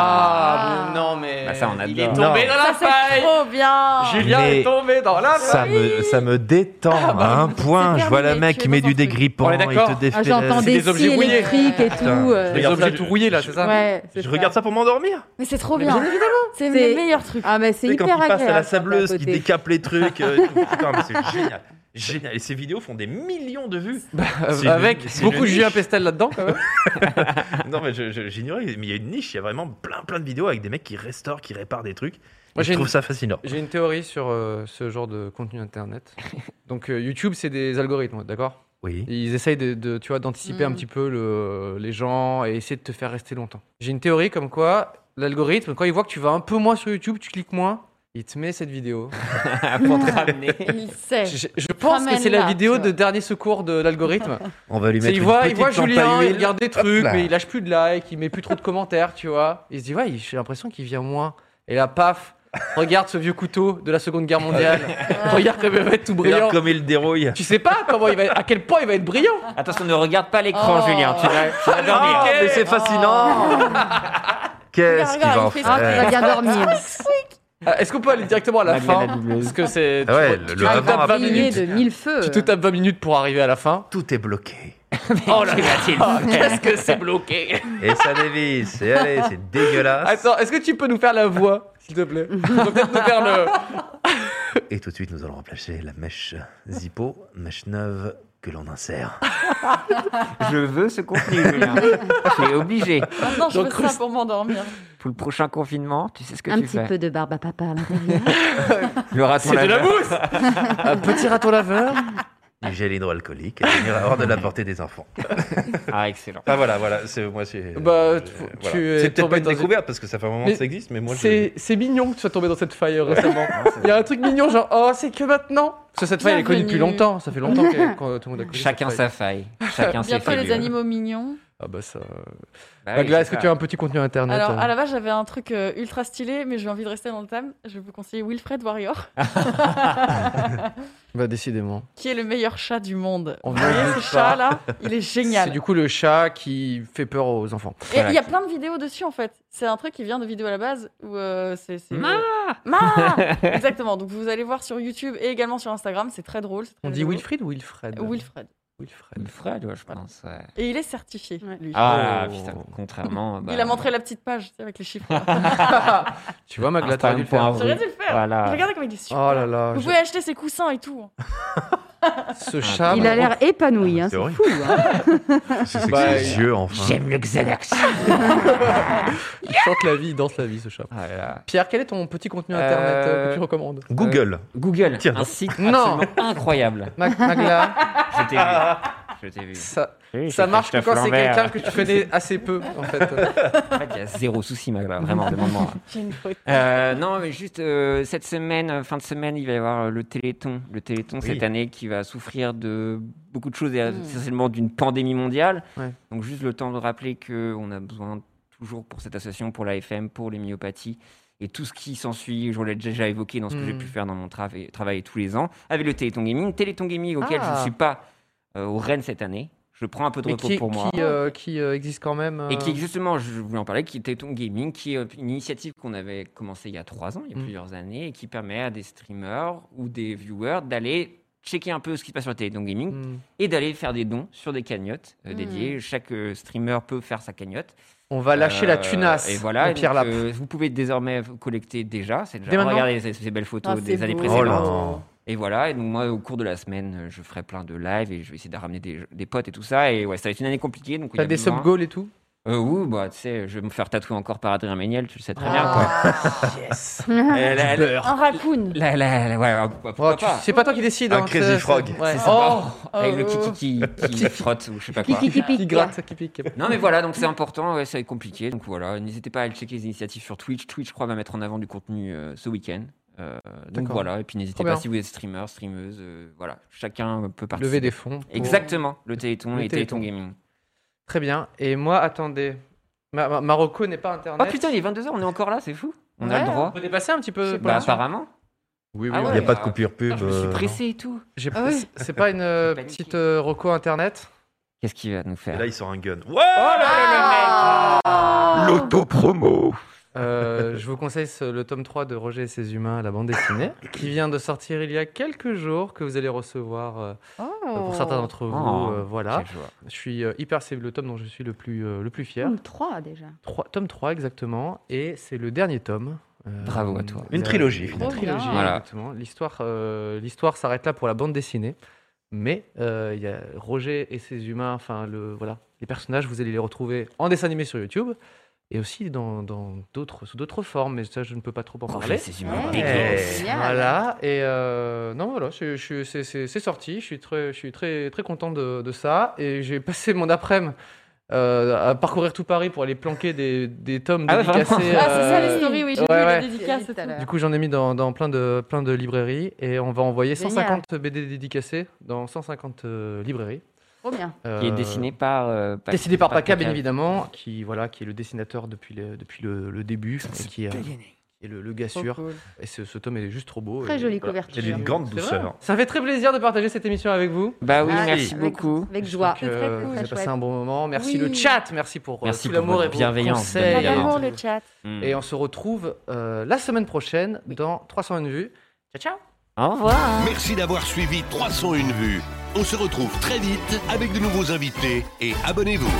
Ah, mais non, mais. Bah, ça, on Il est adore. tombé Non. dans la Ça, c'est faille trop bien Julien Mais est tombé dans la Ça faille me, ça me détend à un point. Je vois terminé, le mec tu qui es met dans du ton truc. dégrippant, On est il d'accord. te défait Ah, J'entends la- des, des objets scies mouillés. électriques et tout. Putain, euh, Les Regarde ça, objets je- tout rouillés, là, je- c'est ça ouais, c'est Je ça. regarde ça pour m'endormir. Mais c'est trop bien C'est C'est- le meilleur truc Ah mais c'est Tu sais, hyper quand il passe agréable. à la quand t'es sableuse, qui côté. décape les trucs. euh, et tout. Putain, mais c'est génial. Génial. Et ces vidéos font des millions de vues. Euh, C'est Avec une- c'est beaucoup une de Julien niche. Pestel là-dedans, quand même. Non, mais je- je- j'ignorais, mais il y a une niche, il y a vraiment plein plein de vidéos avec des mecs qui restaurent, qui réparent des trucs. Moi, Et je j'ai trouve une- ça fascinant. J'ai une théorie sur euh, ce genre de contenu <laughs> internet. Donc, euh, YouTube, c'est des algorithmes, d'accord Oui. Ils essayent de, de, tu vois, d'anticiper un Mm. petit peu le- les gens et essayer de te faire rester longtemps. J'ai une théorie comme quoi l'algorithme, quand il voit que tu vas un peu moins sur YouTube, tu cliques moins, il te met cette vidéo. Pour te ramener. Il sait Je, je pense que c'est la Ramène-la, vidéo tu vois. de dernier secours de l'algorithme. <laughs> On va lui C'est, mettre il une voit, il petite voit lampe à Julien, il huile. regarde des trucs, là. mais il lâche plus de likes, il met plus trop de commentaires, tu vois. Il se dit, ouais, il- j'ai l'impression qu'il vient moins. Et là, paf, regarde ce vieux couteau de la Seconde <laughs> Guerre mondiale. <laughs> regarde comme il va être tout brillant. Regarde comme il dérouille. Tu sais pas comment il va, à quel point il va être brillant. Attention, ne regarde pas l'écran, Oh. Julien. Tu vas, tu vas dormir. Ah, mais c'est <laughs> fascinant. Qu'est-ce Regarde, qu'il va il en fait faire ça. Ah, tu vas bien dormir. Ah, Est-ce qu'on peut aller directement à la Malgré fin la doubleuse. Parce que c'est. Ah ouais, tu, le- tu le te avant, tapes 20 après. Briller minutes. de mille feux. Tu te tapes 20 minutes pour arriver à la fin. Tout est bloqué. <laughs> Oh là <laughs> là, Qu'est-ce que c'est bloqué. Et ça dévisse. Et allez, <laughs> c'est dégueulasse. Attends, est-ce que tu peux nous faire la voix, s'il te plaît Tu peux peut-être nous faire le. Et tout de suite, nous allons remplacer la mèche Zippo, mèche neuve que l'on insère. Je veux ce contenu, <laughs> Julien. Je suis obligé. Maintenant, je Donc, veux ça Rust- pour m'endormir. Pour le prochain confinement, tu sais ce que Un tu petit fais. peu de barbe à papa à l'intérieur. Le raton C'est de la laveur. mousse Un petit raton laveur. Du gel hydroalcoolique, et tenir hors de la portée des enfants. Ah, excellent. Ah voilà, voilà, c'est moi c'est. Bah, je- tu- voilà. tu es C'est peut-être tombé pas une dans une- découverte parce que ça fait un moment Mais que ça existe, mais moi je. <laughs> Ah, C'est c'est mignon que tu sois tombé dans cette faille euh, récemment. Il y a un truc mignon, genre, oh, c'est que maintenant. Parce que cette faille, elle est connue depuis Bienvenue. longtemps. Ça fait longtemps que que tout le monde a connu. cette Chacun faille. sa faille. Chacun ses Bientôt, failles. euh. les animaux mignons. Ah bah ça. Bah oui, Magla, est-ce c'est que tu ça. as un petit contenu internet Alors, euh à la base, j'avais un truc euh, ultra stylé, mais j'ai envie de rester dans le thème. Je vais vous conseiller Wilfred Warrior, <laughs> Bah décidément. qui est le meilleur chat du monde. On Vous ne voyez le ce dit pas. chat-là Il est C'est <laughs> génial. du coup le chat qui fait peur aux enfants. Et il y a plein de vidéos dessus, en fait. C'est un truc qui vient de vidéos à la base, où euh, c'est... c'est- Ma Ma Exactement. Donc, vous allez voir sur YouTube et également sur Instagram. C'est très drôle. c'est très On dit rigolo. Wilfried ou Wilfred Wilfred. Wilfred. Wilfred, ouais, je pense. ouais. Et il est certifié, Ouais. lui. Ah Oh. putain, contrairement. bah, Il a montré la petite page tu sais, avec les chiffres. <laughs> Tu vois, Magla, t'aurais dû le Instagram point faire. J'aurais dû le faire. Voilà. Regardez comment il est Oh super. là là, Vous je- pouvez acheter ses coussins et tout. hein. ce chat. Il a l'air épanoui, hein, C'est c'est horrible. fou. hein. C'est que Bah, ses euh, yeux, enfin. J'aime le Xanax. Il chante la vie, il danse la vie, ce chat. Ah là là. Pierre, quel est ton petit contenu internet euh, Euh, que tu recommandes <laughs> Google. Google, Tiens, non. un site Non. absolument incroyable. Mag- Magla, Je t'ai vu. Je t'ai vu. Ah. ça, Oui, ça j'ai marche que Christophe quand c'est Lambert. quelqu'un que tu connais assez peu, en fait. En fait, il y a zéro souci, Magla. Vraiment, demande-moi. J'ai une faute. Euh, non, mais juste euh, cette semaine, euh, fin de semaine, il va y avoir euh, le Téléthon. Le Téléthon cette année qui va souffrir de beaucoup de choses et euh, essentiellement d'une pandémie mondiale. Mm. Ouais. Donc juste le temps de rappeler que on a besoin toujours pour cette association, pour l'AFM, pour les myopathies et tout ce qui s'ensuit. Je l'ai déjà évoqué dans ce que Mm. j'ai pu faire dans mon trava- travail tous les ans avec le Téléthon Gaming. Téléthon Gaming auquel Ah. je ne suis pas euh, au Rennes cette année. Je prends un peu de Mais repos qui, pour moi. qui, euh, qui, euh, existe quand même. euh, Et qui justement, je voulais en parler, qui était Téléthon Gaming, qui est une initiative qu'on avait commencée il y a trois ans, il y a Mm. plusieurs années, et qui permet à des streamers ou des viewers d'aller checker un peu ce qui se passe sur le Téléthon Gaming hmm, et d'aller faire des dons sur des cagnottes euh, dédiées. Chaque euh, streamer peut faire sa cagnotte. Mm. On va lâcher la Euh, tunasse. Et voilà, de Pierre donc, Lap. euh, vous pouvez désormais collecter déjà. C'est Dès déjà maintenant regardez ces, ces belles photos Ah, des c'est années beau. Oh là. précédentes. Et voilà, et donc moi, au cours de la semaine, euh, je ferai plein de lives et je vais essayer de ramener des, des potes et tout ça. Et ouais, ça va être une année compliquée. Donc il y T'as a des besoin- sub-goals et tout euh, oui, bah, tu sais, je vais me faire tatouer encore par Adrien Méniel, tu le sais très bien. Quoi. Ah. <laughs> Euh, la- la- Un raccoon. la- la- la- ouais, ouais, pourquoi Oh, tu- pas C'est pas toi qui décide. Un hein, Crazy c'est- Frog, c'est- ouais. C'est Oh, sympa. Avec le kiki qui, qui frotte ou je sais pas quoi. Qui, qui, qui Qui pique. là. gratte, qui pique. Non mais voilà, donc c'est important, ouais, c'est compliqué. Donc voilà, n'hésitez pas à aller checker les initiatives sur Twitch. Twitch, je crois, va mettre en avant du contenu euh, ce week-end. Euh, donc D'accord. voilà, et puis n'hésitez Trop pas bien. si vous êtes streamer, streameuse, euh, voilà, chacun peut participer. Lever des fonds. pour- Exactement, le Téléthon Le et Téléthon, Téléthon. Gaming. Très bien. Et moi, attendez. Ma- ma- Marocco n'est pas Oh internet. putain, il est 22h, on est encore là, c'est fou. On a Ouais, le droit. On peut dépasser un petit peu. Bah Paul apparemment. Oui, oui. Ah Il on- ouais. n'y a pas de coupure pub. Je me suis euh, pressé et tout. j'ai- Ah ouais. <laughs> C'est pas une euh, petite euh, Rocco internet Qu'est-ce qu'il va nous faire non. Et là, il sort un gun. Ouais Oh L'autopromo. Euh, je vous conseille ce- le tome 3 de Roger et ses humains, la bande dessinée, qui vient de sortir il y a quelques jours, que vous allez recevoir euh, pour certains d'entre vous. Oh. euh, voilà. Quelle joie. Je suis euh, hyper. C'est le tome dont je suis le plus, euh, le plus fier. Hum, Trois déjà. Trois- tome 3, exactement. Et c'est le dernier tome. Euh, Bravo à toi. Une euh, trilogie, Une finalement. trilogie, Voilà. exactement. L'histoire euh, l'histoire s'arrête là pour la bande dessinée. Mais euh, il y a Roger et ses humains, enfin, le, voilà, les personnages, vous allez les retrouver en dessin animé sur YouTube et aussi dans dans d'autres sous d'autres formes. Mais ça, je ne peux pas trop en Roger, parler. c'est humain. Ouais. dégueulasse. Génial. Voilà, et euh, non, voilà, je- je- c'est- c'est c'est sorti, je suis très, je suis très, très content de, de ça, et j'ai passé mon après-midi euh, à parcourir tout Paris pour aller planquer des, des tomes Ah ouais, dédicacés. vraiment Ah, c'est ça euh, les stories, oui, j'ai ouais, vu ouais. les dédicaces J'ai vu et tout à tout. l'heure. Du coup, j'en ai mis dans, dans plein, de, plein de librairies, et on va envoyer Génial. 150 BD dédicacés dans 150 euh, librairies. Trop bien. Qui est Euh, dessiné par. euh, Pac- Décidé par Pac- Paca, bien Pac- évidemment, qui, voilà, qui est le dessinateur depuis le, depuis le, le début, et qui est, qui est le, le gars Trop sûr. cool. Et ce, ce tome est juste trop beau. Très et- jolie voilà. couverture. C'est d'une grande C'est vrai. douceur. Ça fait très plaisir de partager cette émission avec vous. Bah oui, Ah, merci avec- beaucoup. Avec Je joie. trouve que Très Vous cool. avez Très passé chouette. euh, un bon moment. Merci Oui. le chat, merci pour euh, Merci tout pour l'amour votre et vos bienveillance, conseils. bien évidemment. le chat. Mm. Et on se retrouve euh, la semaine prochaine dans 301 vues. Ciao, ciao Hein Au revoir. Merci d'avoir suivi 301 vues. On se retrouve très vite avec de nouveaux invités et abonnez-vous.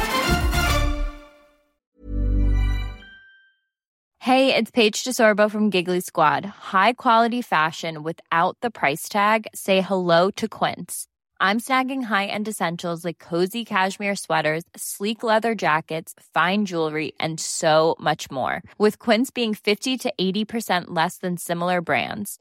Hey, it's Paige DeSorbo from Giggly Squad. High quality fashion without the price tag. Say hello to Quince. I'm snagging high-end essentials like cozy cashmere sweaters, sleek leather jackets, fine jewelry, and so much more. With Quince being 50 to 80% less than similar brands.